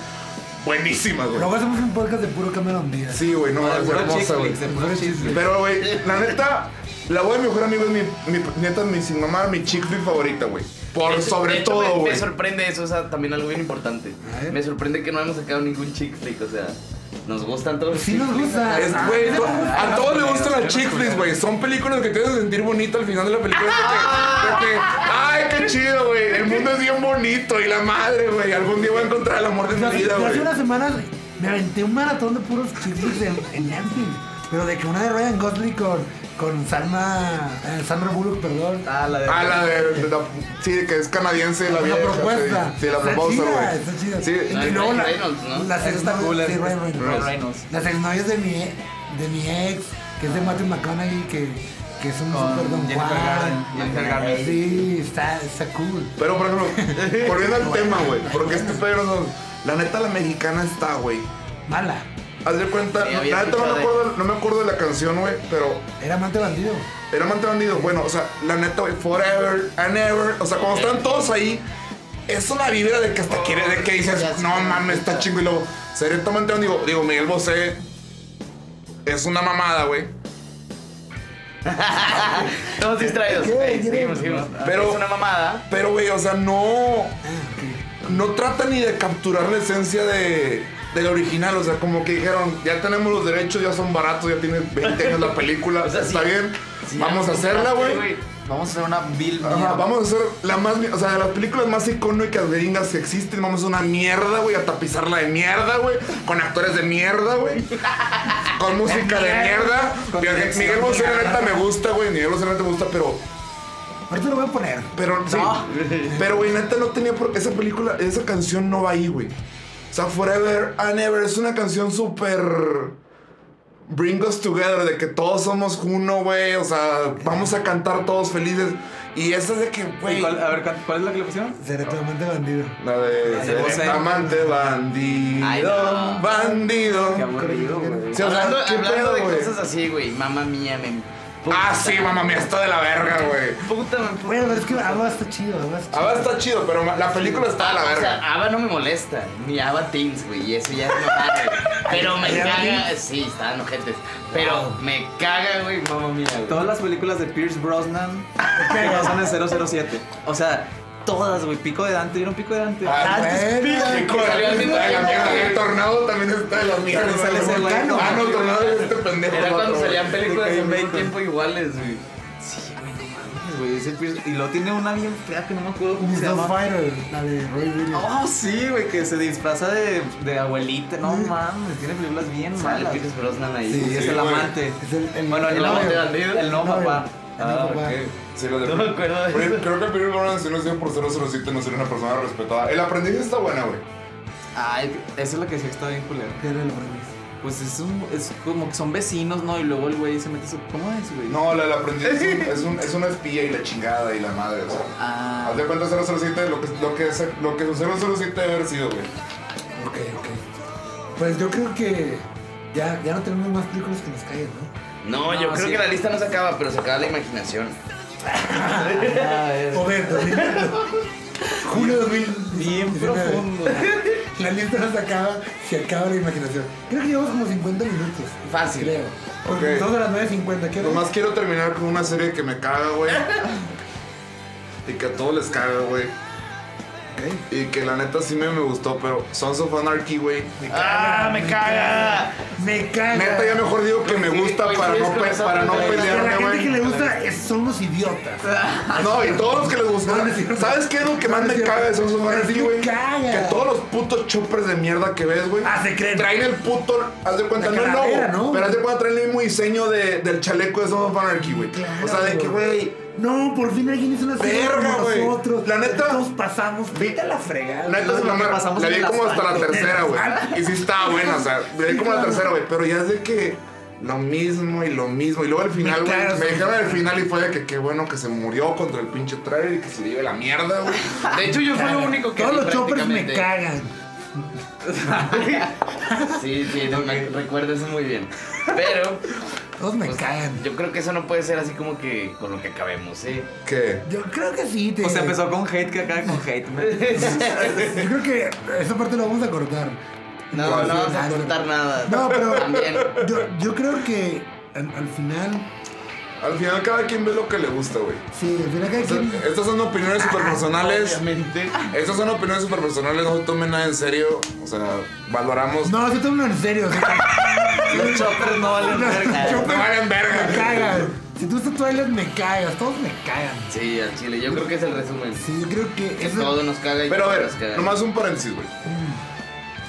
Speaker 6: Buenísimas, güey.
Speaker 1: luego hacemos un podcast de puro Cameron Díaz.
Speaker 6: Sí, güey, no
Speaker 3: No, de
Speaker 6: mames,
Speaker 3: puro chick
Speaker 6: hermosa, güey.
Speaker 3: flicks, de puro chick flicks.
Speaker 6: Pero, güey, la neta, la voy de mi mejor amigo es mi, mi neta, mi sin mamá, mi chick flick favorita, güey. Por
Speaker 5: De hecho- de
Speaker 6: sobre
Speaker 5: hecho, me-
Speaker 6: todo,
Speaker 5: Me,
Speaker 6: güey.
Speaker 5: sorprende eso, o sea, también algo bien importante.
Speaker 1: A ver.
Speaker 5: Me sorprende que no hemos sacado ningún chick flick, o sea, nos gustan todos los
Speaker 1: Sí
Speaker 5: chick
Speaker 1: nos
Speaker 5: flicks.
Speaker 1: gusta.
Speaker 6: Es, güey, to- a todos les gustan las chick flicks, güey. Son películas que te hacen sentir bonito al final de la película.
Speaker 1: Ah.
Speaker 6: de que- de que, ay, qué chido, güey. El mundo es bien bonito y la madre, güey. Algún día voy a encontrar el amor de
Speaker 1: Yo
Speaker 6: mi
Speaker 1: hace-
Speaker 6: vida,
Speaker 1: yo hace
Speaker 6: güey.
Speaker 1: unas semanas me aventé un maratón de puros chicles en, en Netflix. Pero de que una de Ryan Gosling con, con Salma. eh, Sandra Bullock, perdón.
Speaker 3: Ah, la de.
Speaker 6: Ah, la de, de la- sí, de que es canadiense
Speaker 1: La
Speaker 6: la vieja,
Speaker 1: propuesta.
Speaker 6: Sí, sí, la
Speaker 1: Está
Speaker 6: propuesta,
Speaker 1: chida,
Speaker 6: güey.
Speaker 1: está chida.
Speaker 6: Sí,
Speaker 5: Ryan
Speaker 1: Y luego la-
Speaker 5: Reynolds, ¿no?
Speaker 1: Las
Speaker 3: Esa está
Speaker 1: exnovias-
Speaker 3: cool,
Speaker 1: sí,
Speaker 3: es-
Speaker 1: Ryan Reynolds.
Speaker 3: Ryan Reynolds.
Speaker 1: Las exnovias de mi, e- de mi ex, que es de Matthew McConaughey, que, que es un
Speaker 3: Con
Speaker 1: super don
Speaker 3: Jennifer
Speaker 1: Juan.
Speaker 3: Garden, Jennifer Garden.
Speaker 1: Sí, está, está cool.
Speaker 6: Pero por ejemplo, volviendo al tema, güey, porque este pedo no- La neta, la mexicana está, güey.
Speaker 1: Mala.
Speaker 6: Haz de cuenta,
Speaker 5: Sí,
Speaker 6: no-
Speaker 5: había
Speaker 6: la neta no me,
Speaker 5: escuchado de-
Speaker 6: acuerdo, no me acuerdo de la canción, güey, pero
Speaker 1: Era amante bandido.
Speaker 6: era amante bandido. Bueno, o sea, la neta, güey, forever and ever. O sea, cuando están todos ahí, es una vibra de que hasta quiere, de que dices, no mames, está chingo. Y luego, serio, tu amante bandido. Digo, Miguel Bosé es una mamada, güey.
Speaker 5: Todos distraídos. Ey, seguimos, seguimos.
Speaker 6: Pero-
Speaker 5: es una mamada.
Speaker 6: Pero, güey, o sea, no. No trata ni de capturar la esencia de, del original. O sea, como que dijeron, ya tenemos los derechos, ya son baratos, ya tiene 20 años la película.
Speaker 5: O sea,
Speaker 6: está
Speaker 5: sí.
Speaker 6: bien,
Speaker 5: Sí,
Speaker 6: vamos a
Speaker 5: ya,
Speaker 6: hacerla, güey.
Speaker 5: güey.
Speaker 3: Vamos a hacer una Bill.
Speaker 6: Ajá, Ah, vamos a hacer la más, mi- o sea, de las películas más icónicas gringas que existen, vamos a hacer una mierda, güey, a tapizarla de mierda, güey, con actores de mierda, güey, con música de mierda. Miguel- Miguel Bosé, la neta, me gusta, güey, Miguel Bosé, la neta, me gusta, pero
Speaker 1: Ahorita lo voy a poner.
Speaker 6: pero sí. Pero güey, neta no tenía por esa película, esa canción no va ahí, güey. O sea, Forever and Ever es una canción súper Bring us together de que todos somos uno, güey, o sea, vamos a cantar todos felices y esa es de que,
Speaker 3: ¿Y
Speaker 6: güey,
Speaker 3: cuál- a ver, ¿cuál- ¿cuál es la que le pusieron?
Speaker 1: Seré tu amante bandido.
Speaker 6: la de,
Speaker 3: La de
Speaker 6: de
Speaker 3: José.
Speaker 6: amante bandido,
Speaker 5: Ay, no.
Speaker 6: bandido.
Speaker 3: Qué aburrido, güey.
Speaker 6: Sí, o sea,
Speaker 5: hablando
Speaker 6: ¿qué
Speaker 5: hablando
Speaker 6: pedo,
Speaker 5: de
Speaker 6: güey?
Speaker 5: cosas así, güey. Mamá mía, me.
Speaker 6: Ah,
Speaker 5: puta,
Speaker 6: sí, mamá mía, está de la verga, güey.
Speaker 5: Puta, me.
Speaker 1: Güey, pero es que Ava está chido, Ava está chido.
Speaker 6: Ahora está chido, pero la película está de la
Speaker 5: O
Speaker 6: verga.
Speaker 5: sea, ABBA no me molesta, ni ABBA Teens, güey, y eso ya es normal, güey. Pero me
Speaker 1: ¿Era
Speaker 5: caga, sí, estaban ojetes, pero me caga, güey, mamá mía, güey.
Speaker 3: Todas las películas de Pierce Brosnan que son en 007. O sea, todas, güey. Pico de Dante, ¿vieron Pico de Dante?
Speaker 6: Ah,
Speaker 1: Antes,
Speaker 6: Sí,
Speaker 1: pico.
Speaker 6: con la
Speaker 5: Salió al mismo
Speaker 6: mierda de la
Speaker 5: tiempo,
Speaker 6: mierda.
Speaker 5: güey.
Speaker 6: El tornado también está de la mierda.
Speaker 3: Sale ese güey.
Speaker 6: Volcano. Ah, no, el
Speaker 5: Sí,
Speaker 6: tornado
Speaker 5: güey.
Speaker 6: es este pendejo.
Speaker 5: Era cuando
Speaker 6: otro,
Speaker 5: salían
Speaker 6: güey.
Speaker 5: películas
Speaker 3: Kevin
Speaker 5: en medio
Speaker 3: Bacon.
Speaker 5: tiempo iguales, güey.
Speaker 3: Sí, güey, no mames, güey. ese Pierce- Y lo tiene una bien fea que no me acuerdo cómo
Speaker 1: Mis
Speaker 3: se
Speaker 1: dos
Speaker 3: llama.
Speaker 1: fighters, la de Roy Williams.
Speaker 3: Oh, sí, güey, que se disfraza de, de abuelita. No mames, tiene películas bien
Speaker 5: Sale
Speaker 3: malas.
Speaker 5: Pierce Brosnan ahí.
Speaker 3: Sí, es
Speaker 6: Sí,
Speaker 3: el
Speaker 6: güey.
Speaker 3: amante.
Speaker 1: Es el- el-
Speaker 3: bueno, el,
Speaker 5: el
Speaker 3: novio.
Speaker 5: amante bandido.
Speaker 3: El no
Speaker 1: El novio.
Speaker 3: papá.
Speaker 1: El no
Speaker 3: Ah,
Speaker 1: papá.
Speaker 3: ok.
Speaker 6: Sí, lo de...
Speaker 5: No me acuerdo de
Speaker 6: Pero
Speaker 5: eso.
Speaker 6: Creo que Peter Brown, si no sido por 007, no sería una persona respetada. El aprendiz está buena, güey.
Speaker 3: Ay, eso es lo que sí está bien culero.
Speaker 1: Que era el aprendiz.
Speaker 3: Pues es, un, es como que son vecinos, ¿no? Y luego el güey se mete su... ¿Cómo es, güey?
Speaker 6: No, la del aprendiz es, un- es, un, es una espía y la chingada y la madre, o sea.
Speaker 3: Ah,
Speaker 6: Haz de cuenta 007 lo que, lo que, es- lo que su 007 debe haber sido, güey.
Speaker 1: Ok, ok. Pues yo creo que ya, ya no tenemos más películas que nos caigan, ¿no?
Speaker 5: No, yo
Speaker 3: No,
Speaker 5: creo
Speaker 3: sí.
Speaker 5: que la lista no se acaba, pero se acaba la imaginación.
Speaker 3: ah, es
Speaker 1: Joder, 2000. Julio 2000.
Speaker 3: bien profundo.
Speaker 1: La lista no se acaba, se acaba la imaginación. Creo que llevamos como 50 minutos.
Speaker 5: Fácil.
Speaker 1: Creo.
Speaker 6: Ok.
Speaker 1: Porque Estamos a las 9.50. ¿Qué hora es?
Speaker 6: Nomás quiero terminar con una serie que me caga, güey. y que a todos les caga, güey.
Speaker 1: Ok.
Speaker 6: Y que la neta sí me, me gustó, pero Sons of Anarchy, güey. me caga.
Speaker 5: ¡Ah, me caga!
Speaker 1: Me caga.
Speaker 6: Neta, ya mejor digo que me gusta
Speaker 5: Coincides
Speaker 6: para no,
Speaker 5: con
Speaker 6: pe-
Speaker 5: esa
Speaker 6: para no
Speaker 5: película.
Speaker 1: Pero la
Speaker 6: pelearme,
Speaker 1: gente que le
Speaker 6: güey.
Speaker 1: gusta es- son los idiotas.
Speaker 6: No, y todos los que les
Speaker 1: No,
Speaker 6: gusta.
Speaker 1: no es cierto.
Speaker 6: ¿Sabes qué es lo que más
Speaker 1: No es
Speaker 6: me
Speaker 1: cierto.
Speaker 6: caga de Sons of
Speaker 1: Pero sí
Speaker 6: Anarchy,
Speaker 1: me
Speaker 6: güey?
Speaker 1: caga.
Speaker 6: Que todos los putos choppers de mierda que ves, güey.
Speaker 1: Ah, se creen.
Speaker 6: Traen el puto. Haz de cuenta,
Speaker 1: La
Speaker 6: no el
Speaker 1: calavera,
Speaker 6: logo.
Speaker 1: ¿no?
Speaker 6: Pero haz de cuenta, traen el mismo diseño de- del chaleco de Sons of Anarchy, güey.
Speaker 1: Claro,
Speaker 6: o sea, de que, güey.
Speaker 1: No, por fin alguien hizo una serie
Speaker 6: Verga,
Speaker 1: como
Speaker 6: güey.
Speaker 1: nosotros.
Speaker 6: La neta-
Speaker 1: Todos pasamos. Vete a la fregada. Ah,
Speaker 6: Neta,
Speaker 3: Lo
Speaker 6: se la
Speaker 3: que
Speaker 6: mar-
Speaker 3: pasamos
Speaker 6: la
Speaker 3: en
Speaker 6: vi
Speaker 3: el
Speaker 6: como hasta la
Speaker 3: asfalto.
Speaker 6: tercera, güey. Y sí estaba buena, o sea, la vi como la tercera, güey. Pero ya es de que lo mismo y lo mismo. Y luego al final, güey,
Speaker 1: Claro,
Speaker 6: me
Speaker 1: sí.
Speaker 6: dijeron al final y fue de que qué bueno que se murió contra el pinche trailer y que se lleve la mierda, güey.
Speaker 5: De hecho, yo fui lo único que
Speaker 1: Todos
Speaker 5: vi
Speaker 1: los choppers me
Speaker 5: prácticamente.
Speaker 1: cagan.
Speaker 5: Sí, sí, no, me recuerdo eso muy bien. Pero
Speaker 1: Todos me
Speaker 5: pues,
Speaker 1: cagan.
Speaker 5: yo creo que eso no puede ser así como que con lo que acabemos, ¿eh?
Speaker 6: ¿Qué?
Speaker 1: Yo creo que sí, te
Speaker 5: Pues
Speaker 3: O sea, empezó con hate que acaba con hate. man.
Speaker 1: Yo creo que esa parte la vamos a cortar.
Speaker 5: No, no vamos a cortar nada.
Speaker 1: No, pero-
Speaker 5: También.
Speaker 1: Yo, yo creo que al, al final,
Speaker 6: Al final cada quien ve lo que le gusta, güey.
Speaker 1: sí, al final cada
Speaker 6: O sea,
Speaker 1: quien.
Speaker 6: estas son opiniones superpersonales.
Speaker 5: Obviamente.
Speaker 6: Estas son opiniones superpersonales, no se tomen nada en serio. O sea, valoramos.
Speaker 1: No, sí, tómalo en serio. o sea,
Speaker 3: Los choppers no valen verga.
Speaker 1: yo
Speaker 6: No valen verga.
Speaker 1: me cagas. Si tú estás toilet, me cagas. Todos me cagan.
Speaker 5: Sí, al chile. Yo creo que es el resumen.
Speaker 1: Sí, yo creo que
Speaker 5: Que
Speaker 1: eso.
Speaker 5: todo nos caga y
Speaker 6: Pero a
Speaker 5: todo
Speaker 6: ver,
Speaker 5: nos caga.
Speaker 6: nomás un paréntesis, güey.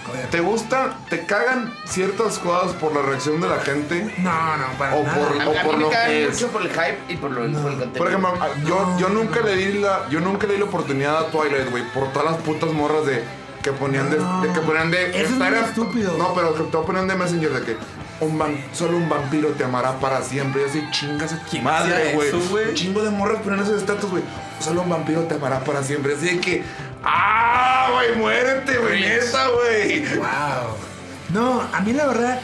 Speaker 1: Joder.
Speaker 6: ¿Te gusta, te cagan ciertas cosas por la reacción de la gente?
Speaker 1: No, no, para
Speaker 6: O
Speaker 1: nada.
Speaker 6: por
Speaker 5: A,
Speaker 6: o
Speaker 5: a mí
Speaker 6: por
Speaker 5: me
Speaker 6: lo que
Speaker 5: cagan
Speaker 6: es.
Speaker 5: mucho por el hype y por, lo, por el contenido.
Speaker 6: Por ejemplo, a- yo, yo nunca le di la, yo nunca le di la oportunidad a Twilight, güey, por todas las putas morras de que ponían de,
Speaker 1: No.
Speaker 6: de que ponían de
Speaker 1: Eso es muy
Speaker 6: Instagram.
Speaker 1: estúpido.
Speaker 6: No, pero que te ponían de Messenger de que un vam- solo un vampiro te amará para siempre. Y así chingas a tu
Speaker 3: ¿Quién
Speaker 6: madre,
Speaker 3: hacía
Speaker 6: güey.
Speaker 3: eso, güey?
Speaker 6: Chingo de morras ponían esos estatus, güey. Solo un vampiro te amará para siempre. Así de que, ah, güey, muérete, güey, neta, güey.
Speaker 1: Wow. No, a mí la verdad,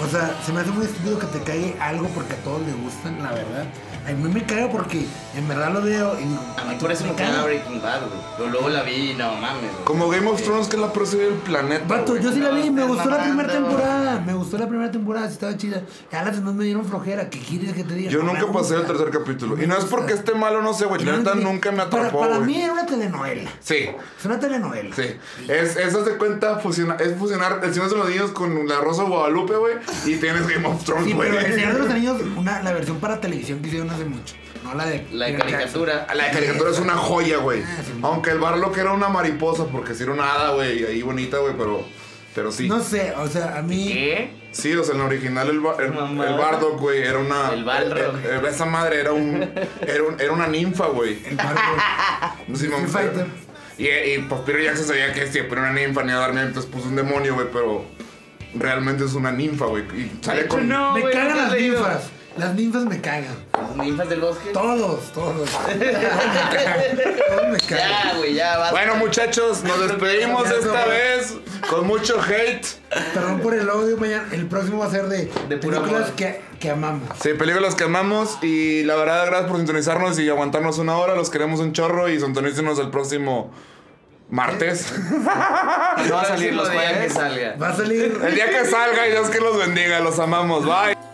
Speaker 1: o sea, se me hace muy estúpido que te caiga algo porque a todos le gustan, la verdad. A mí me caga porque en verdad lo veo y digo,
Speaker 5: A mí por eso me caga Breaking Bad, güey. Pero luego la vi y no mames. güey.
Speaker 6: Como Game of Thrones, que es la peor serie del planeta.
Speaker 1: Vato,
Speaker 6: güey.
Speaker 1: yo sí la vi y me
Speaker 5: No,
Speaker 1: gustó la
Speaker 5: mamando.
Speaker 1: primera temporada. Me gustó la primera temporada, sí estaba chida. Ya las demás me dieron flojera. ¿Qué quieres que te diga?
Speaker 6: Yo
Speaker 1: No
Speaker 6: nunca
Speaker 1: me
Speaker 6: pasé el
Speaker 1: gusta.
Speaker 6: tercer capítulo. Y
Speaker 1: me
Speaker 6: no es
Speaker 1: gusta.
Speaker 6: porque esté malo, no sé, güey. La neta nunca me
Speaker 1: Para-
Speaker 6: atrapó,
Speaker 1: Para,
Speaker 6: güey.
Speaker 1: mí era una telenovela.
Speaker 6: Sí,
Speaker 1: Es una telenovela.
Speaker 6: sí. Es, eso se cuenta fusiona- es fusionar El Señor de los Niños con La Rosa de Guadalupe, güey. Y tienes Game of Thrones,
Speaker 1: Sí,
Speaker 6: güey.
Speaker 1: pero El Señor de los Anillos, una, la versión para televisión que hicieron hace mucho. No la de.
Speaker 5: La de
Speaker 1: Peter Jackson.
Speaker 5: caricatura.
Speaker 6: La caricatura es una joya, güey.
Speaker 1: Ah, sí.
Speaker 6: Aunque el barlo que era una mariposa, porque si era una hada, güey, ahí bonita, güey, pero, pero sí.
Speaker 1: No sé, o sea, a mí.
Speaker 5: ¿Qué?
Speaker 6: Sí, o sea, en la original el, ba- el,
Speaker 5: Mamá.
Speaker 6: el Bardock, güey, era una.
Speaker 5: El Balrog.
Speaker 6: eh, eh, esa madre era un, era un- era una ninfa, güey.
Speaker 1: El barco.
Speaker 5: Ah,
Speaker 6: No sé, mamá.
Speaker 1: Street Fighter.
Speaker 6: Y, y pues Peter Jackson sabía que siempre era una ninfa ni a darme, entonces puso un demonio, güey, pero realmente es una ninfa, güey. Y sale
Speaker 5: hecho,
Speaker 6: con.
Speaker 5: no.
Speaker 1: me
Speaker 5: güey,
Speaker 1: cagan
Speaker 5: nunca
Speaker 1: las
Speaker 5: he leído.
Speaker 1: ninfas. Las ninfas me cagan.
Speaker 5: ¿Ninfas del bosque?
Speaker 1: Todos, todos. Todos me cagan. Todos me cagan.
Speaker 5: Ya, güey, ya, va.
Speaker 6: Bueno, muchachos, nos despedimos
Speaker 1: Ya,
Speaker 6: esta
Speaker 1: no.
Speaker 6: vez con mucho hate.
Speaker 1: Perdón por el audio mañana. El próximo va a ser de,
Speaker 5: De puro
Speaker 1: películas
Speaker 5: amor.
Speaker 1: que, que amamos.
Speaker 6: Sí, películas que amamos y la verdad, gracias por sintonizarnos y aguantarnos una hora. Los queremos un chorro y sintonícenos el próximo martes.
Speaker 3: No va a salir
Speaker 5: Próximo
Speaker 3: los
Speaker 5: día que
Speaker 3: jueves.
Speaker 5: salga.
Speaker 1: Va a salir.
Speaker 6: El día que salga y Dios que los bendiga. Los amamos. Bye.